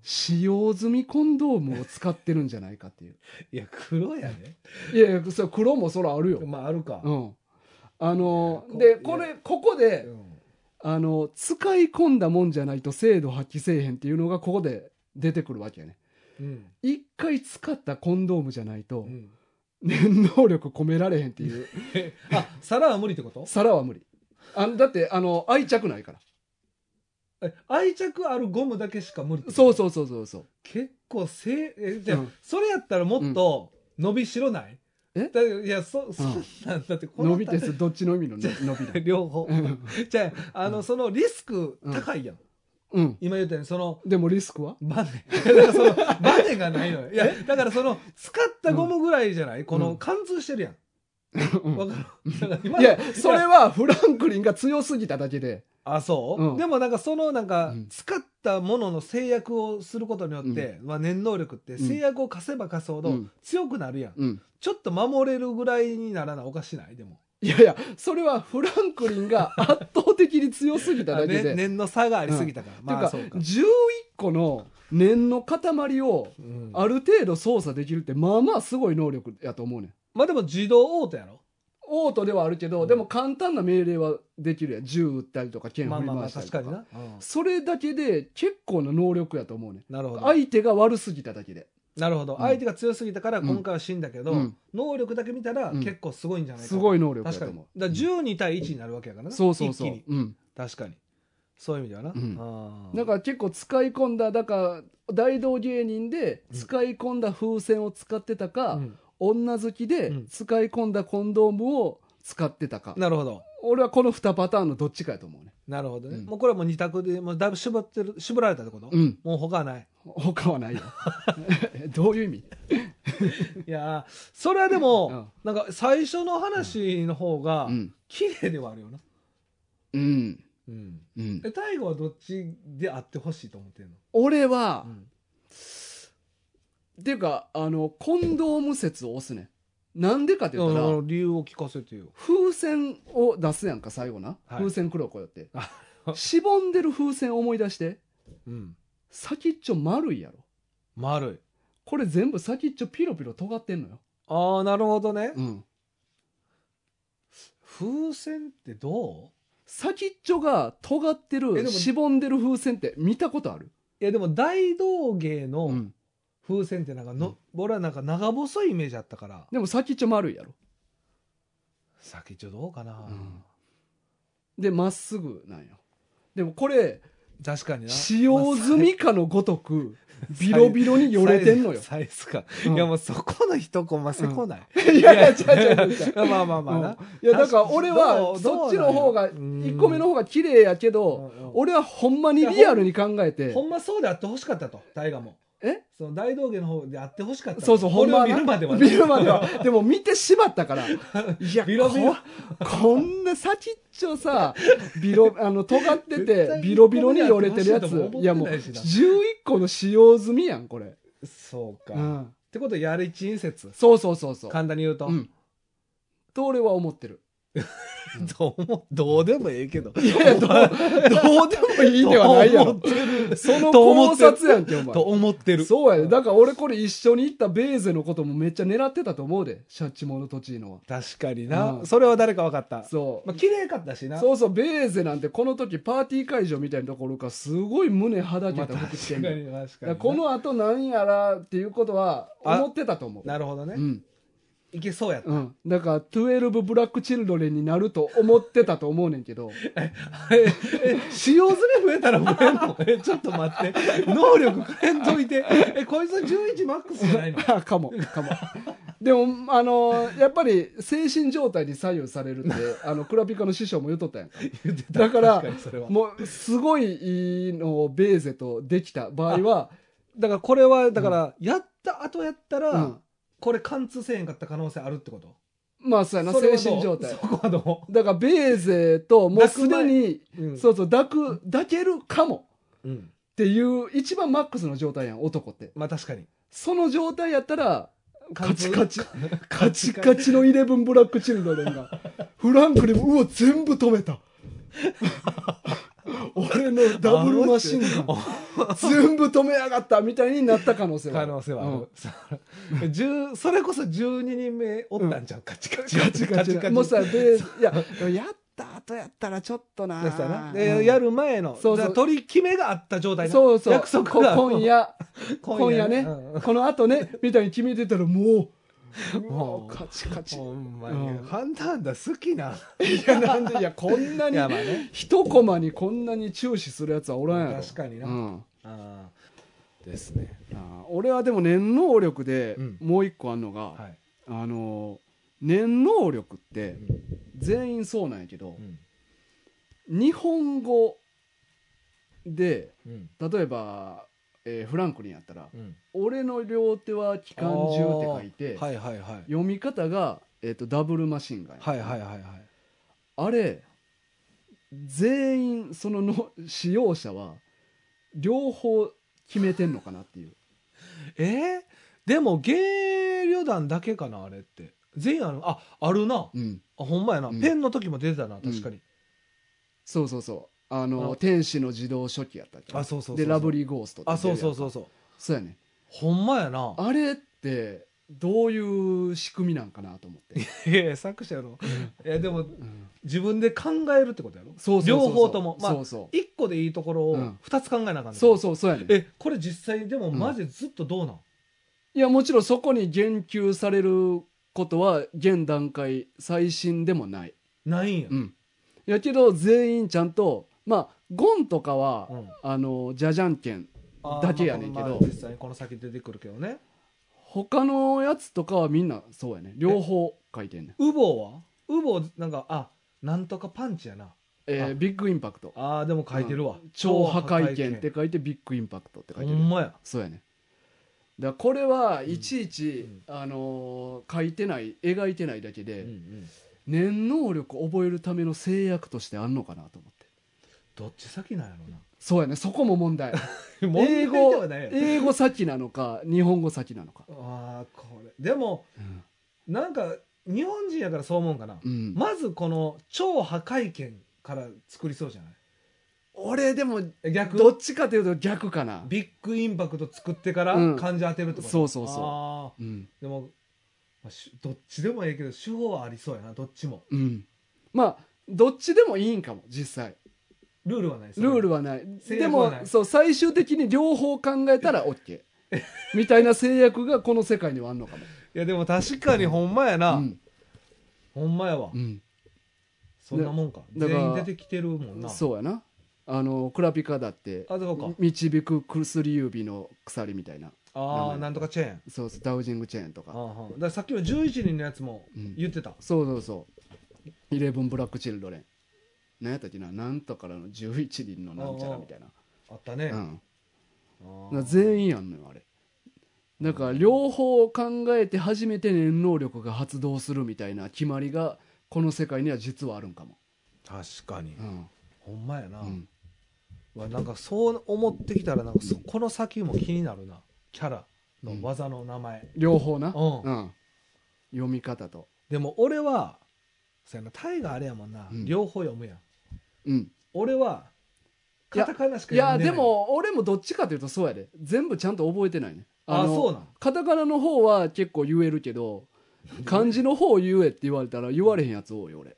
C: 使用済みコンドームを使ってるんじゃないかっていう
B: いや黒やね
C: いやいやそれ黒もそらあるよ、
B: まああるか、
C: うんあの
B: こ
C: で
B: いや
C: これここで
B: うん
C: あの使い込んだもんじゃないと精度発揮せえへんっていうのがここで出てくるわけやね
B: うん
C: 一回使ったコンドームじゃないと
B: うん
C: 念能力込められへんっていう
B: あ皿は無理ってこと
C: 皿は無理あのだってあの愛着ないから
B: え愛着あるゴムだけしか無理ってこと
C: そうそうそうそうそう
B: 結構せいえじゃあ、
C: うん
B: それやったらもっと伸びしろない、
C: え
B: だいやそそんなんだってこの
C: 伸びですどっちの意味のね伸 びない
B: 両方
C: うん
B: じゃああの、そのリスク高いやん、
C: うん
B: 今言ったようにその
C: でもリスクは
B: バネ だからそのバネがないのよいやだからその使ったゴムぐらいじゃない、こ
C: う
B: の
C: ん
B: 貫通してるやん
C: うん
B: わかるだから今
C: い
B: の
C: やそれはフランクリンが強すぎただけで
B: あそう、
C: うん
B: でもなんかそのなんか
C: うん
B: 使ったものの制約をすることによって、まあ、念能力って制約を課せば課すほ
C: う
B: ど
C: ん
B: 強くなるやん、
C: うん
B: ちょっと守れるぐらいにならなおかしないでも
C: いやいやそれはフランクリンが圧倒的に強すぎただ
B: あ
C: けで、
B: ね念の差がありすぎたから、まあ
C: って
B: そ
C: いうう
B: か
C: か11個の念の塊を
B: うん
C: ある程度操作できるってまあまあすごい能力やと思うねん
B: まあでも自動オートやろ
C: オートではあるけど、
B: うん
C: でも簡単な命令はできるやん銃撃ったりとか剣
B: まあ
C: 振り
B: まあま
C: 回
B: あ
C: したり
B: 確
C: と
B: か
C: か,、
B: にな、うん
C: それだけで結構な能力やと思うねん
B: なるほど
C: 相手が悪すぎただけで
B: なるほど、
C: うん
B: 相手が強すぎたから今回は死んだけど、
C: うん
B: 能力だけ見たら
C: うん
B: 結構すごいんじゃないか
C: すご
B: い
C: い能力やと
B: 確かにだ
C: 思
B: か
C: う
B: ら12対1になるわけやからな、
C: そうそうそ
B: 一気
C: うう
B: に、
C: ん、
B: 確かにそういう意味ではな、
C: うん
B: あー
C: だから結構使い込んだだから大道芸人で使い込んだ風船を使ってたか、
B: うん
C: 女好きで
B: うん
C: 使い込んだコンドームを使ってたか、
B: なるほど
C: 俺はこの2パターンのどっちかやと思うね
B: なるほどね、
C: うん
B: もうこれはもう二択でもうだいぶ絞ってる絞られたってこと、
C: うん
B: もう他はない
C: 他は ないよどういう意味
B: いやーそれはでも、
C: うん
B: なんか最初の話の方が
C: うん
B: 綺麗ではあるよな、
C: うん
B: うん、
C: うん
B: え大悟はどっちであってほしいと思ってんの、
C: 俺は
B: う、ん
C: っていうかあのコンドーム説を押すねなんでかって言ったら、
B: うん理由を聞かせてよ
C: 風船を出すやんか最後な、
B: はい
C: 風船黒子よって
B: あ
C: しぼんでる風船思い出して
B: うん
C: 先っちょ丸いやろ
B: 丸い
C: これ全部先っちょピロピロ尖ってんのよ、
B: ああなるほどね、
C: うん、
B: 風船ってど
C: 先っちょが尖って
B: えで
C: る
B: も
C: しぼんでる風船って見たことある、
B: ういやでも大道芸
C: う
B: の
C: ん
B: 風船ってなんか
C: う
B: の、
C: ん
B: 俺はなんか長細いイメージあったから
C: でも先っちょ丸いやろ
B: 先っちょどうかな、
C: うんでまっすぐなんよでもこれ
B: 確かにな
C: 使用済みかのごとくビロビロによれてんの よ、
B: サイズサイズか、
C: うん
B: いやもうそこの一コマせこない、
C: いやいや違う違う違う
B: まあまあまあな、
C: いやだから俺
B: ど
C: は
B: うど
C: そうっちの方
B: な
C: が
B: んやうん
C: 1個目の方が綺麗やけ
B: うん
C: ど
B: うん
C: 俺はほんまにリアルに考えて
B: ほんまそうであってほしかったと大河も
C: え
B: その大道芸の方であってほしかった
C: そうそうほんまは
B: 俺を見るまでは
C: 見るまではでも見てしまったからいや
B: ビロビロ
C: ここんな先っちょさビロあの尖って
B: 絶
C: て
B: 対
C: ビロビロによれてるや
B: 一
C: つ
B: 個目であってほしいとも思って
C: いやもう
B: ないしな
C: 11個の使用済みやんこれ、
B: そうか、
C: う
B: っ
C: ん、
B: てことはやりちん説
C: そうそうそうそう
B: 簡単に言うと、
C: うんと俺は思ってる
B: どうもどうでもええけど
C: いやどうどうでもいいではないや
B: と
C: ろ
B: 思ってる
C: その
B: と思
C: 考
B: ってる
C: 察やんけお前
B: と思ってる
C: そうやね。だから俺これ一緒に行ったベーゼのこともめっちゃ狙ってたと思うで。シャッチモのトチーノは。
B: 確かにな、
C: うん
B: それは誰か分かった
C: そう。
B: まあ綺麗かったしな
C: そうそう、ベーゼなんてこの時パーティー会場みたいなところからすごい胸はだけ
B: まあ
C: た服着て
B: 確
C: ん
B: か
C: のだか
B: に確からに
C: この後なんやらっていうことは思ってたと思う。
B: なるほどね、
C: うん。
B: いけそう やった。
C: うん、だから12ブラックチルドレンになると思ってたと思うねんけど
B: え、え使用ずれ増えたら増えんのえ、ちょっと待って。能力変えんとい て。え、こいつ11マックスじゃないの
C: あかもかもでもあのやっぱり精神状態に左右されるってあのクラピカの師匠も 言うとったやんか
B: 言ってた。
C: だから
B: 確にそれは。
C: もうすごいいいのをベーゼとできた場合は、
B: だからこれは、だから、やった後やったら、
C: うん
B: これ貫通せえへんかった可能性あるってこと
C: まあそうやな
B: それは
C: 精
B: どう
C: 神状態
B: そこはど
C: だからベーゼともうすでに
B: う、うん
C: そうそう抱く抱けるかも
B: うん
C: っていう一番マックスの状態やん男って
B: まあ確かに。
C: その状態やったらカチカチ
B: 貫通。
C: カチカチのイレブンブラックチルドレンが、フランクにも、うわ、全部止め た。俺のダブルマシンガン、全部止めやがったみたいになった可能性はあ
B: 可
C: る。
B: 能性はあるそう10それこそ12人目おったんじゃん、カチカチ
C: うん。ガチガチ。もうさ、 ベース、いや、やった後やったらちょっとな。
B: だからな
C: うん
B: でやる前の
C: そうそう
B: だから取り決めがあった状態な
C: そうそう。
B: 約束が
C: こ今夜、
B: 今
C: 今
B: 夜
C: 夜
B: ね
C: ね
B: う、
C: この後ね、みたいに決めてたら、もう、
B: も
C: も
B: う
C: う、カチカチ。い
B: ほんまに、
C: うん
B: ハンターハンター好きな
C: や、なんで、いや、こんなに
B: や、ばいね
C: 一コマにこんなに注視するやつはおらんやろ。
B: 確かにな、
C: うん
B: あーですね
C: あー俺はでも念能力で
B: うん
C: もう一個あんのが、
B: はい、
C: あのー念能力って
B: うん
C: 全員そうなんやけど
B: う、ん
C: 日本語で
B: うん
C: 例えば、えーフランクリンやったら
B: うん
C: 「俺の両手は機関銃」って書いて、
B: はいはいはい
C: 読み方が、えーとダブルマシンガンや、
B: はいはいはいはい
C: あれ全員そのの使用者は両方決めてんのかなっていう
B: えー、でも芸旅団だけかなあれって全員あるああるな
C: うん
B: あほんまやな、
C: うん
B: ペンの時も出てたな確かに、
C: そうそうそうあの
B: あの
C: 天使の自動書記やったっけ
B: あそうそうそうそう
C: でラブリーゴーストって
B: あそうそうそううそう
C: そうやね
B: ほんまやな
C: あれってどういう仕組みなんかなと思って、
B: いやいや作者のいやでも
C: うん
B: 自分で考えるってことやろ
C: そうそうそうそう
B: 両方ともまあ
C: そうそ
B: 一個でいいところ
C: う
B: を
C: ん
B: 二つ考えなあかんねん、
C: うそうそうそうやね
B: えこれ実際でも
C: うん
B: マジでずっとどうなん、
C: いやもちろんそこに言及されることは現段階最新でもない
B: ないんや、
C: うんやけど全員ちゃんとまあゴンとかは、
B: うん
C: あのじゃじゃんけん
B: あー
C: だけやねんけど
B: まあまあまあ実際にこの先出てくるけどね
C: 他のやつとかはみんなそうやね両方書いてんねん
B: ウボはウボなんかあなんとかパンチやな
C: えー
B: あ
C: ビッグインパクト
B: あーでも書いてるわ、
C: 超破壊剣
B: 剣
C: って書いてビッグインパクトって書
B: ほ
C: いてる
B: んまや
C: そうやねだからこれはいちいち
B: うん、
C: あのー書いてない描いてないだけで、
B: うんうん
C: 念能力を覚えるための制約としてあんのかなと思って
B: どっち先なんやろうな
C: そうやねそこも 問題
B: 問題
C: 英
B: で
C: 語
B: はないやろ
C: 英語先なのか日本語先なのか
B: あーこれでも
C: うん、
B: なんか日本人やからそう思うんかな、
C: うん
B: まずこの超破壊剣から作りそうじゃない
C: 俺でも
B: え逆
C: どっちかというと逆かな、
B: ビッグインパクト作ってから
C: うん
B: 患者当てるってこと、
C: そうそうそう
B: あ
C: うん
B: ーでも、まあしどっちでもええけど手法はありそうやなどっちも
C: うん、まあどっちでもいいんかも実際
B: ルールはない
C: ルール
B: は
C: はない
B: 制
C: で
B: 約は
C: も
B: ない
C: そう最終的に両方考えたら OK みたいな制約がこの世界にはあんのかも
B: いやでも確かにほんまやな、
C: うん
B: ほんまやわ、
C: うん
B: そんなもんか
C: だから
B: 全員出てきてるもんな
C: そうやなあのクラピカだって
B: あそうか
C: 導く薬指の鎖みたいな
B: あ
C: 名
B: あ
C: 前
B: なんとかチェーン
C: そうそうダウジングチェーンと
B: あ
C: か
B: ーはーだからさっきの11人のやつも
C: うん
B: 言ってた、
C: そうそうそうイレブンブラックチルドレンなんやったっけななんとからの11人のなんちゃらみたいな、
B: あったね、
C: うん、
B: あ
C: だ
B: ー
C: から全員やんのよあれだから両方考えて初めて念能力が発動するみたいな決まりがこの世界には実はあるんかも、
B: 確かに、
C: うん
B: ほんまやな、
C: うん
B: わなんかそう思ってきたらなんかそこの先も気になるなキャラの技の名前、
C: 両方な、
B: うん
C: うん読み方と、
B: でも俺はそやなタイがあれやもんな、
C: うん
B: 両方読むやん
C: うん、
B: 俺はいカ
C: や
B: タカナしか
C: い
B: 読
C: や
B: んでない
C: でも俺もどっちかというとそうやで全部ちゃんと覚えてないね
B: あ
C: の
B: そうなん
C: カタカナの方は結構言えるけど漢字の方言えって言われたら言われへんやつ多い俺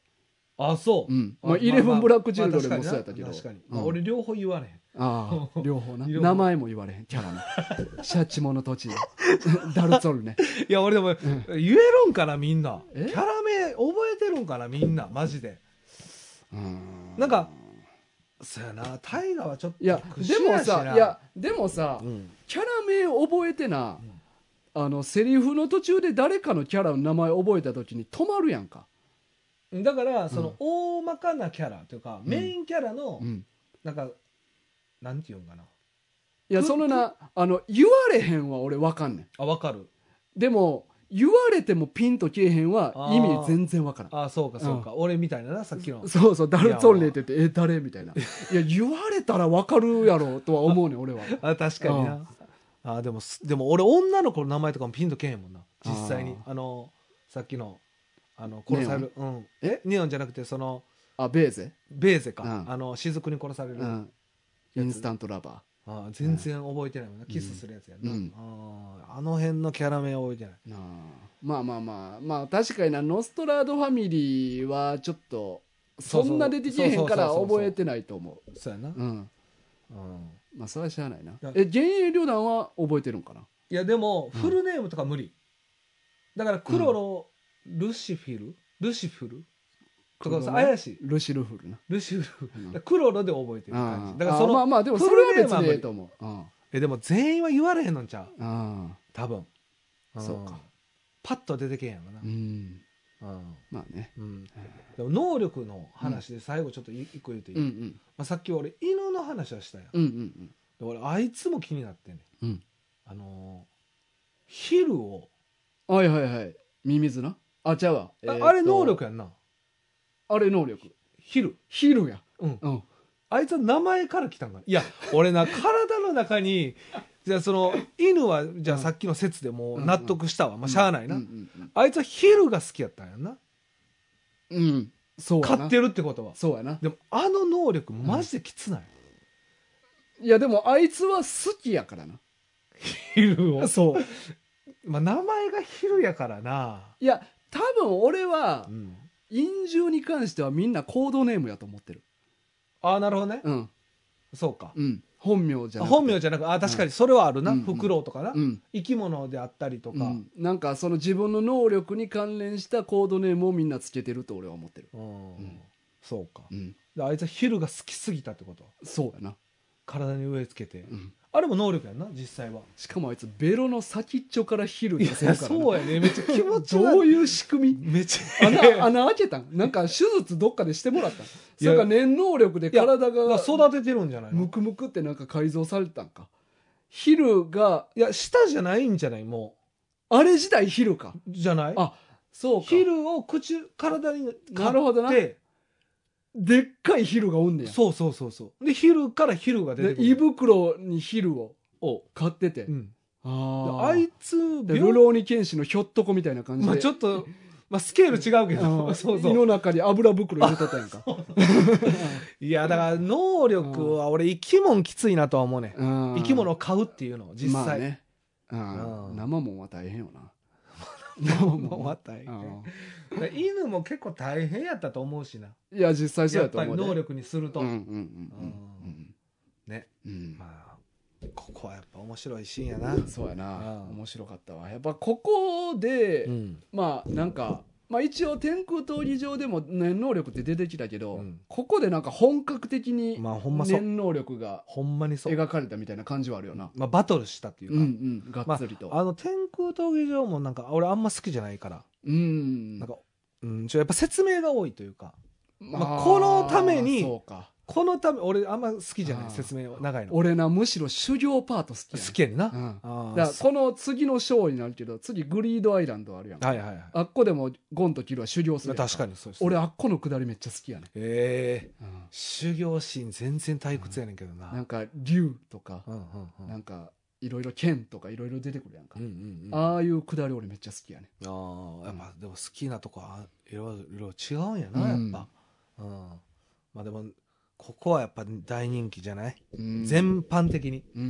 B: あそう、
C: うん
B: あ
C: まあ、イレブンブラックチルドレンもそうやったけど、
B: まあ確かにな確かにまあ
C: うん
B: 俺両方言われへん
C: あ あ両方な
B: 両方
C: 名前も言われへんキャラ のシャチモの土地ダルツォルね
B: いや俺でも
C: ん
B: 言えるんかなみんなキ
C: え
B: ャラ名覚えてるんかなみんなマジで
C: うん
B: なんかそやな大河はちょっと
C: いや
B: 苦
C: で
B: 手
C: も
B: しな
C: さいやでもさ、
B: うん
C: キャラ名覚えてな、あのセリフの途中で誰かのキャラの名前覚えた時に止まるやんか、
B: だからその大まかなキャラというかメインキャラの
C: うん
B: なんかなんていうんかない
C: や
B: く
C: そのなあの言われへんは俺わかんねん
B: あわかる
C: でも言われてもピンとけえへんは
B: あー
C: 意味全然わからん
B: あそうかそうか俺みたいななさっきの
C: そうそうダルツォンレイって言って「え誰?」みたいな「いや言われたらわかるやろ」とは思うねん俺は
B: あ確かになあでもすでも俺女の子の名前とかもピンとけえへんもんな実際にあのさっきのあの殺されるうん
C: え
B: ネオンじゃなくてその
C: あベーゼ、
B: ベーゼか、
C: うん
B: あの雫に殺される、
C: うん、インスタントラバ
B: ああ全然覚えてないもんな、キスするやつやな、
C: うん
B: あああの辺のキャラ名覚えてない
C: ーなあまあまあまあまあ確かになノストラードファミリーはちょっとそんな出てけへんから
B: そうそうそうそう
C: 覚えてないと思
B: そうやな、
C: ううん
B: うん
C: まあそれは知らないな
B: だ
C: え現役旅団は覚えてるんかない
B: やでも
C: うん
B: フルネームとか無理、だからクロロ、ルシフィルルシフルとかさ
C: 黒のね
B: 怪しい
C: ルシルフルな
B: ルシフル、
C: うん
B: だからクロロで覚えてる感
C: あ
B: じ
C: あ
B: だからその
C: まあまあでもそれは別
B: フルネームは
C: に
B: 無理
C: ええと思ううん
B: えでも全員は言われへんのんちゃう
C: あ
B: 多分、ん
C: そうか
B: パッと出てけへんやろな
C: あうん
B: うん、
C: まあね
B: うん、でも能力の話で最後ちょっとい一個言うていい、
C: うんう
B: ま
C: ん
B: あ、さっき俺犬の話はしたやん
C: うんうん
B: で俺あいつも気になってんね
C: うんうん
B: あのーヒルを、
C: はいはいはいミミズなあちゃうわえ
B: あ
C: ーと
B: あれ能力やんな
C: あれ能力
B: ヒル
C: ヒルや
B: うん
C: うん
B: あいつは名前から来たんかないや俺 な体の中にじゃあその犬はじゃあさっきの説でもう納得したわ、まあ、しゃあないな、
C: うんうん
B: あいつはヒルが好きやったんやんな
C: うんうんそうやな
B: 飼ってるってことは
C: そうやな
B: でもあの能力マジできつない、
C: いやでもあいつは好きやからな
B: ヒルを
C: そう
B: まあ名前がヒルやからな、
C: いや多分俺は
B: うん、
C: 陰獣に関してはみんなコードネームやと思ってる
B: ああなるほどね、
C: うん
B: そうか
C: うん本名じゃなくて
B: 本名じゃなくあ確かにそれはあるな、
C: うん
B: フクロウとかな、
C: うん
B: 生き物であったりとか、
C: うん、なんかその自分の能力に関連したコードネームをみんなつけてると俺は思ってる
B: うん
C: ん
B: そうか、
C: うん
B: であいつはヒルが好きすぎたってこと
C: そうやな、
B: 体に植え付けて、
C: うん、
B: あれも能力やんな実際は
C: しかもあいつベロの先っちょからヒル
B: い
C: 出せるからな
B: そうやねめっちゃ気持ち悪
C: どう
B: い
C: いう仕組 み
B: めっちゃ
C: 穴 穴開けたんなんか手術どっかでしてもらったんそれか念能力で体が
B: だから育ててるんじゃないの
C: ムクムクってなんか改造されたんかヒルが
B: いや舌じゃないんじゃないも
C: あれ自体ヒルか
B: うじゃない
C: あそうか
B: ヒルを口体に
C: なるほどな
B: で
C: でっかいヒルがおんねや
B: そうそうそうそうでヒルからヒルが出て
C: で
B: くる
C: 胃袋にヒルを
B: を、
C: 買ってて、
B: うん、で
C: あ
B: あ
C: ー
B: いつ
C: で
B: 病
C: ルローニケンシのひょっとこみたいな感じで、
B: まあちょっと、まあ、スケール違うけ
C: う
B: ど
C: ん
B: そうそう
C: 胃の中に油袋入れとったやんか
B: いやだから能力は俺生き物きついなとは思うね、
C: うん
B: 生き物を飼うっていうの実際、
C: まあねうん
B: うん
C: 生もんは大変よ な生
B: もう
C: は
B: 終わったらいいねだから犬も結構大変やったと思うしない
C: や実際そう
B: やっ
C: やと
B: ぱ
C: 思
B: り
C: うで
B: 能力にすると、
C: うんうんうんうん
B: ね
C: うん
B: まあここはやっぱ面白いシーンやな、
C: そうやな
B: うん
C: 面白かったわやっぱここで、
B: うん
C: まあなんか、まあ、一応天空闘技場でも念能力って出てきたけど、
B: うん
C: ここでなんか本格的に
B: まあほんまそう、
C: 念能力が
B: ほんまにそう、
C: 描かれたみたいな感じはあるよな、
B: まあ、バトルしたっていう
C: う
B: か、
C: んうん、がっつりと、
B: あの天空闘技場もなんか俺あんま好きじゃないから、
C: うん
B: なんか、うん、ちょやっぱ説明が多いというか
C: ま
B: まあこのために
C: そうか
B: このため俺あんま好きじゃな
C: あー
B: い説明長いの好
C: 俺なむしろ修行パート好きやね
B: きやねんな、
C: うん
B: あ
C: だ
B: あ
C: からこの次のショーになるけど次グリードアイランドあるやん、
B: はいはいはい
C: あっこでもゴンとキルは修行するやん
B: 確かにそうです
C: 俺あっこのくだりめっちゃ好きやね、
B: ええ
C: うん
B: 修行シーン全然退屈やねんけどな、
C: なんか竜とか
B: うんうんうん
C: なんかいろいろ剣とかいろいろ出てくるやんか、
B: うんうんうん
C: ああいうくだり俺めっちゃ好きやね
B: ああやっぱでも好きなとこはいろいろ違うんやな、
C: うん
B: やっぱうんまあでもここはやっぱ大人気じゃない、
C: うん
B: 全般的に
C: うん
B: う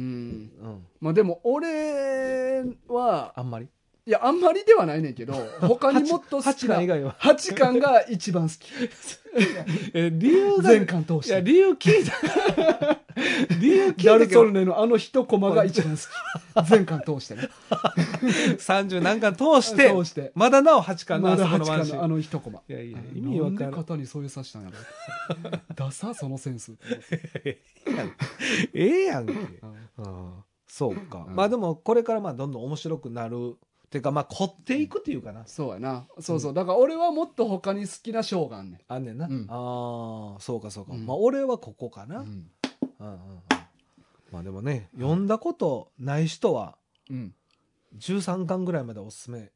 B: ん
C: まあでも俺は
B: あんまり
C: いやあんまりではないねん けど他にもっと好
B: 八
C: きな
B: 巻以外は。
C: 八巻が一番好き
B: え、理由が、
C: 全
B: い
C: 巻通し
B: や、
C: て
B: 理由聞いた。理由聞
C: ダ
B: いた
C: ル
B: け
C: ソ
B: ど
C: ル、ネのあの一コマが一 番好き全巻通してね
B: 30何巻通して、
C: 通して
B: まだなお8巻の
C: ま
B: あそ
C: だ
B: この
C: 八
B: ワン
C: 巻
B: シ
C: のあ
B: ーン。
C: の一コマ
B: いやいや
C: あ、
B: 意味わか
C: なんで
B: らん。
C: 肩にそういう刺したんやろ ダサそのセンス
B: ええやんけ。
C: うん
B: ああそうか、
C: うん
B: まあでもこれからまあどんどん面白くなるっていうかまあ凝っていくっていうかな、
C: そうやなそうそうだから俺はもっと他に好きなショーがあんね
B: あんねんな、
C: うん
B: ああそうかそうか、
C: うん
B: まあ俺はここか
C: ん
B: な、
C: う
B: うん
C: ん
B: うんうんまあでもね読んだことない人は
C: うん
B: 13巻ぐらいまでおすすめ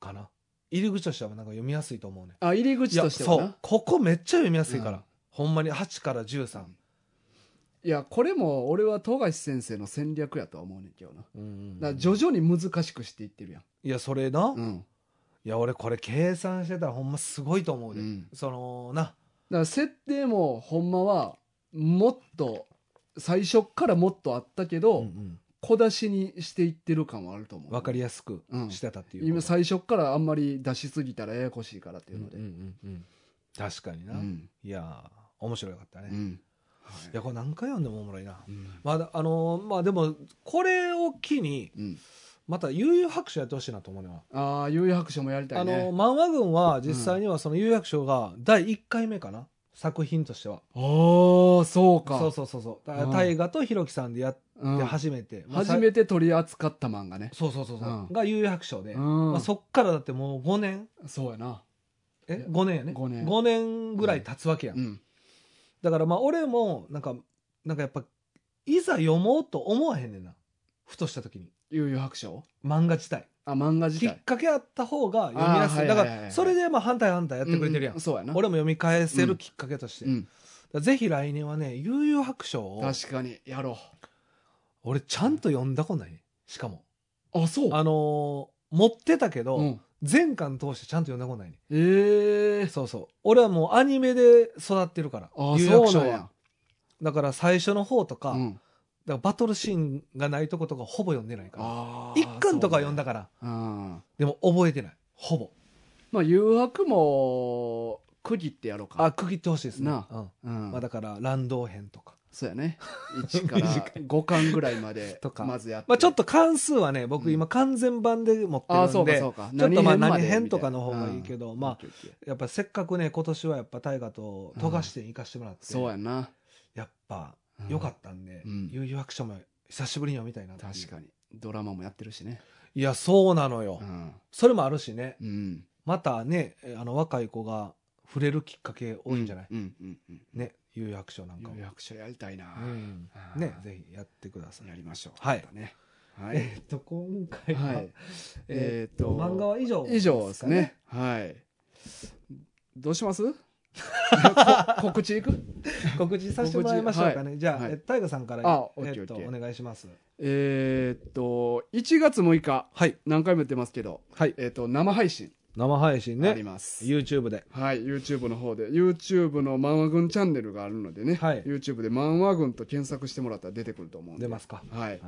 B: かな入り口としてはなんか読みやすいと思うね
C: あ入り口としては
B: そ
C: な
B: うここめっちゃ読みやすいから、
C: うん
B: ほんまに8から13、
C: いやこれも俺は富樫先生の戦略やとは思うねんけどな
B: うんうんうん
C: だから徐々に難しくしていってるやん
B: いやそれな、
C: う
B: い
C: ん
B: や俺これ計算してたらほんますごいと思う
C: う
B: で、
C: ん
B: そのな
C: だから設定もほんまはもっと最初っからもっとあったけど、
B: うん
C: 小出しにしていってる感はあると思
B: うん
C: う
B: わかりやすくしてたっていうこと、
C: 今最初っからあんまり出しすぎたらややこしいからっていうので
B: うんうんうんうん確かにな、
C: うん
B: いやー面白かったね、
C: う
B: い
C: ん
B: やこれ何回読んでもおもろいな
C: うん
B: まだあのーまあでもこれを機に
C: うん
B: また悠々白書やってほしいなと思うのは、
C: ああ悠々白書もやりた
B: あ
C: いね
B: のー漫画群は実際にはその悠々白書が第1回目かな作品としては
C: ああそうか
B: そうそうそうそうだから
C: うん
B: 大河とひろきさんでやって
C: うん
B: 初めて、まあさ
C: 初めて取り扱った漫画ね
B: そうそうそうそう、
C: うん
B: が悠々白書で、
C: うん
B: まあ、そっからだってもう5年
C: そうやない
B: え
C: や
B: 5年やね
C: 五年
B: 五年ぐらい経つわけやん
C: うん
B: だからまあ俺もなんかなんかやっぱいざ読もうと思わへんねんなふとした時に
C: 悠々白書
B: 漫画自体
C: あ漫画自
B: きっ
C: 体
B: かけあった方が読みやす
C: あ
B: い
C: ー
B: だか
C: はいはいはいは
B: ら
C: い
B: それでまあ反対反対やってくれてるやん、
C: ううそうやな
B: 俺も読み返せるきっかけとして、
C: う
B: だか
C: ん
B: らぜひ来年はね悠々白書を
C: 確かにやろ
B: 俺ちゃんと読んだことないねしかも
C: うあそう
B: あのー持ってたけど、
C: うん
B: 全巻通してちゃんと読んだことないね
C: ええ
B: そうそう俺はもうアニメで育ってるから
C: あ
B: 悠
C: そ
B: 々白
C: う
B: 書
C: なん
B: は
C: や
B: だから最初の方とか,、
C: う
B: だか
C: ん
B: らバトルシーンがないとことかほぼ読んでないから
C: あー
B: 一巻とかは読んだから、
C: そうなんやうん
B: でも覚えてない。ほぼ。
C: まあ誘惑も区切ってやろうか
B: あ、区切ってほしいですね。
C: な
B: うん
C: うん
B: まあだから、乱道編とか。
C: そうや ね1から
B: 短い
C: 5巻ぐらいま で
B: とか
C: まずやって
B: まあちょっと関数はね、
C: う
B: 僕
C: ん
B: 今完全版で持って
C: あ
B: る
C: あそ
B: ん
C: うか
B: で、
C: そうか
B: ちょっとまあ何
C: で
B: 編
C: み
B: と
C: たい
B: か
C: な
B: の方がいいけど、
C: うん
B: まあ
C: オッケーオッケー
B: やっぱせっかくね、今年はやっぱ大河と富樫店行かしてもらって、
C: そうやんな
B: やっぱ良かったんで
C: うん、
B: 悠々白書も久しぶりに読みたいなっていう
C: 確かにドラマもやってるしね
B: いや、そうなのよ
C: う。ん、
B: それもあるしね、
C: うん、
B: またね、あの若い子が触れるきっかけ多いんじゃない
C: うんうんうん
B: ね、悠々白書なんか
C: 予
B: も。
C: 約書やりたいな、
B: うんね、ぜひやってください。
C: やりましょう
B: はい
C: またねはい、
B: えーっと、今回は、
C: はい
B: え
C: え
B: ーっ
C: ーっ
B: と、
C: と
B: 漫画は以上
C: 以上です
B: か
C: ね。はいどうします こ告知いく
B: 告知させてもらいましょうかね。じゃあ、
C: はい
B: えタイガさんから、
C: あ
B: え
C: オッケー
B: ーっと、
C: オッケ
B: お
C: ー
B: 願いします。
C: えーっと1月6日
B: はい。
C: 何回も言ってますけど、
B: はい。
C: えーっと生配信
B: 生配信
C: あり
B: ね、
C: ます、
B: YouTube で。
C: はい YouTube の方で YouTube の漫画軍チャンネルがあるのでね、
B: はい
C: YouTube で漫画軍と検索してもらったら出てくると思うんで
B: 出ますか。
C: はい
B: はい。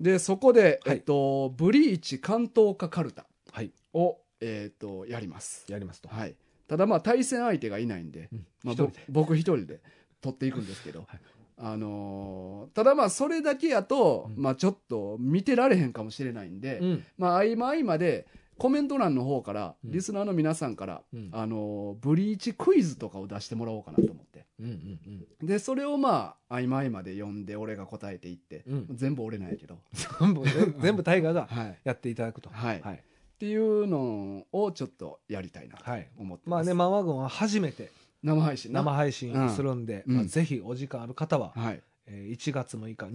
C: でそこで、
B: はい
C: えっと、ブリーチ関東化カルタ
B: はい。
C: を、えっと、やります、
B: やりますと。
C: はい、ただまあ対戦相手がいないんで、
B: うん
C: まあ、
B: 一人
C: ぼ僕一人で取っていくんですけど、
B: はい
C: あのーただまあそれだけやと、
B: うん
C: まあ、ちょっと見てられへんかもしれないんで、
B: うん。
C: まあ、合間合間でコメント欄の方から、
B: うん
C: リスナーの皆さんから、
B: うん
C: あのーブリーチクイズとかを出してもらおうかなと思って
B: うんうん
C: でそれをまあ合間合間で読んで俺が答えていって、
B: うん
C: 全部俺なんやけど、
B: 全部、 全部タイガが
C: はい、
B: やっていただくと。
C: はい
B: はい。
C: っていうのをちょっとやりたいなと
B: はい
C: 思って
B: ま
C: ま
B: あ
C: す、
B: ね、ママ軍は初めて
C: 生配信な
B: 生配信するんで、
C: うん
B: まあ
C: うん
B: ぜひお時間ある方は、
C: はい
B: えー1月6日、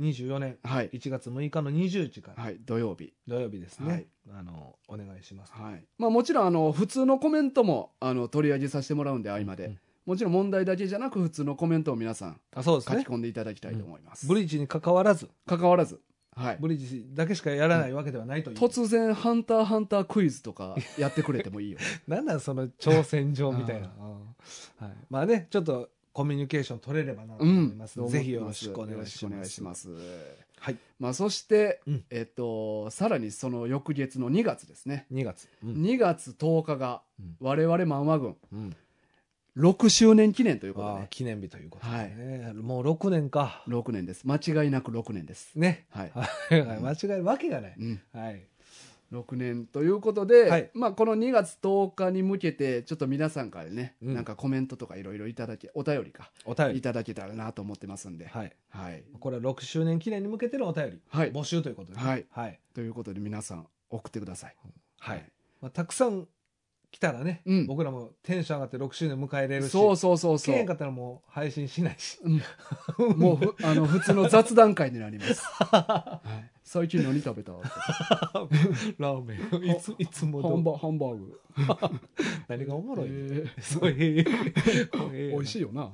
B: 2024年
C: はい、
B: 1月6日の20時から
C: はい、土曜日
B: 土曜日ですね。
C: はい
B: あの、お願いします。
C: はいまあ、もちろんあの普通のコメントもあの取り上げさせてもらうんで合間で、
B: うん
C: もちろん問題だけじゃなく普通のコメントを皆さん
B: あそうで
C: 書
B: す
C: き
B: ね。
C: 込んでいただきたいと思います、
B: ブリッジに関わらず、
C: 関わらず、はい、
B: ブリッジだけしかやらないわけではないという。
C: 突然「ハンターハンター」クイズとかやってくれてもいいよ
B: なんなんその挑戦状みたいな
C: あ。
B: はい、まあね、ちょっとコミュニケーション取れればなと
C: う
B: 思い
C: ん
B: ます。ぜひよろしくお願
C: よろ
B: いします。
C: しくお願いします
A: はい
C: まあ、そして、
A: うん
C: えっと、さらにその翌月の2月ですね、
A: 2月うん
C: 2月10日が
A: うん
C: 我々漫画軍
A: うん
C: 6周年記念ということで、
A: ああ
C: ね、
A: 記念日ということですねもう6年か
C: 6年です間違いなく6年です、
B: ね。
C: はい
B: はいはい間違えるわけがない。
C: うん、
B: はい。
C: 6年ということで、
B: はい
C: まあ、この2月10日に向けてちょっと皆さんからね、
A: うん
C: なんかコメントとかいろいろいただけお便りか、
A: お便
C: い
A: り
C: ただけたらなと思ってますんで、
A: はい
C: はい
B: これは6周年記念に向けてのお便
C: は
B: り
C: い
B: 募集ということで。
C: はい
B: はい。
C: ということで皆さん送ってください。
B: はい。まあたくさん来たらね
C: うん、
B: 僕らもテンション上がって6周年迎えれるし、
C: そうそうそう
B: 来
C: そ
B: えへん
C: う
B: か。ったらもう配信しない し。
C: うんもう ふあの普通の雑談会になります。はい最近何食べた？
B: ラーメン。いつ、いつも
C: ハン
B: ど
C: バハンバーグ。
B: 何がおもろいね
C: え
B: そういう。
C: ー美味し
B: い。
C: いよ な。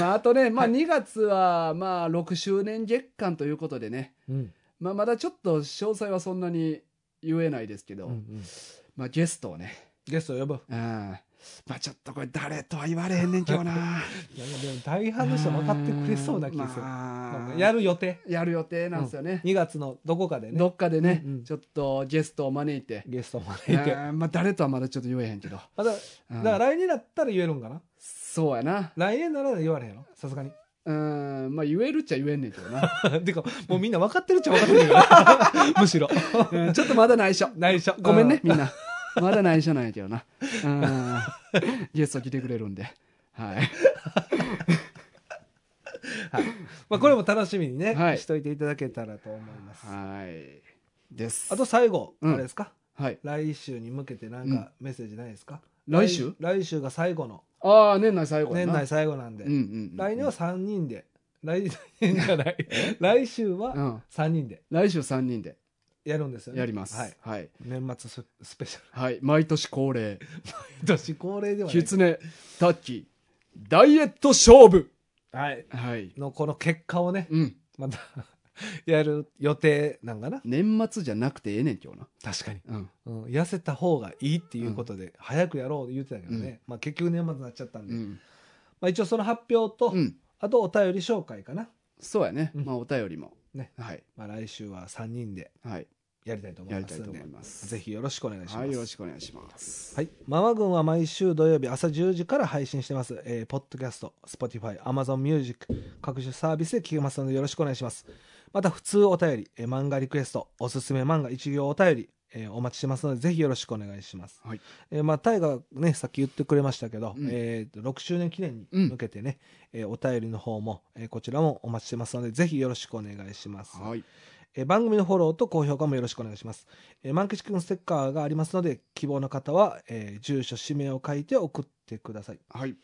C: まああとね、まあ2月はまあ6周年月間ということでね、
A: うん
C: まあまだちょっと詳細はそんなに言えないですけど、
A: うんうん
C: まあゲストをね、
B: ゲスト呼ぶ。
C: うん、まあちょっとこれ誰とは言われへんねんけど な。
B: なんかでも大半の人分かってくれそうな気がする。
C: まあ
B: なんかやる予定。
C: やる予定なんですよね、
B: 2月のどこかでね。
C: どっかでね、
B: うんうん
C: ちょっとゲストを招いて
B: ゲストを招
C: え
B: いて。
C: ーまあ、誰とはまだちょっと言えへんけど、
B: まだ、
C: うん
B: だから来年だったら言えるんかな
C: そうやな
B: 来年なら言われへんのさすがに。
C: うんまあ言えるっちゃ言えんねんけどな、
B: てか、もうみんな分かってるっちゃ分かってるよ。 むしろ。
C: うんちょっとまだ内緒
B: 内 緒。
C: ごめんね、みんなまだ内緒なんやけどなうんゲスト来てくれるんではい
B: まあこれも楽しみにね、
C: はい
B: しといていただけたらと思います。
C: はいです
B: あと最後、
C: うん
B: あれですか
C: はい
B: 来週に向けてなんかメッセージないですか、
C: 来週
B: 来週が最後の、
C: ああ年内最後や
B: 年
C: な
B: 内最後なんで、
C: うんうんうん、
B: 来年は3人で、来年じ ゃない、来週
C: う
B: は
C: ん
B: 3人で
C: 来週3人で
B: やるんですよね。
C: やります
B: はい。
C: はい、
B: 年末ススペシャル。
C: はい、毎年恒例
B: 年恒例ではない
C: キツネ、タッキー、ダイエット勝負
B: はい。
C: はい。
B: のこの結果をね、
C: うん。
B: また やる予定なんかな
C: 年末じゃなくてええねん、今日な。
B: 確かに、
C: うん。
B: うん、痩せた方がいいっていうことで、早くやろう言ってたけどね、まあ、結局年末になっちゃったんで、
C: うん。
B: まあ、一応その発表と、
C: うん。
B: あとお便り紹介かな、
C: そうやね。
B: うん
C: まあ、お便りも。
B: ね。
C: はい。
B: まあ、来週は3人で
C: はい。
B: やりたいと思
C: や
B: い
C: り
B: ま
C: た
B: す
C: いと
B: ん
C: 思
B: で
C: います。
B: ぜひよろしくお願いします、
C: はい、よろしくお願いします。
B: はい、ママ軍は毎週土曜日朝10時から配信してます。えー、ポッドキャスト、Spotify、Amazon Music、各種サービスで聞けますのでよろしくお願いします。また、普通お便り、えー漫画リクエスト、おすすめ漫画一行お便り、えーお待ちしてますので、ぜひよろしくお願いします。
C: はい
B: えーまあ、タイがね、さっき言ってくれましたけど、
C: うん
B: えーと6周年記念に向けてね、えーお便りの方も、えーこちらもお待ちしてますので、ぜひよろしくお願いします。
C: はい。
B: えー番組のフォローと高評価もよろしくお願いします。えー、満吉くんステッカーがありますので、希望の方は、えー住所、氏名を書いて送ってください。
C: はい。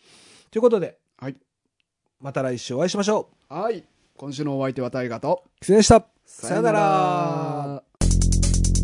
B: ということで、
C: はい。
B: また来週お会いしましょう。
C: はい。今週のお相手は大河と、
B: キツネでした。さよな
C: さ
B: ら
C: よな。ら。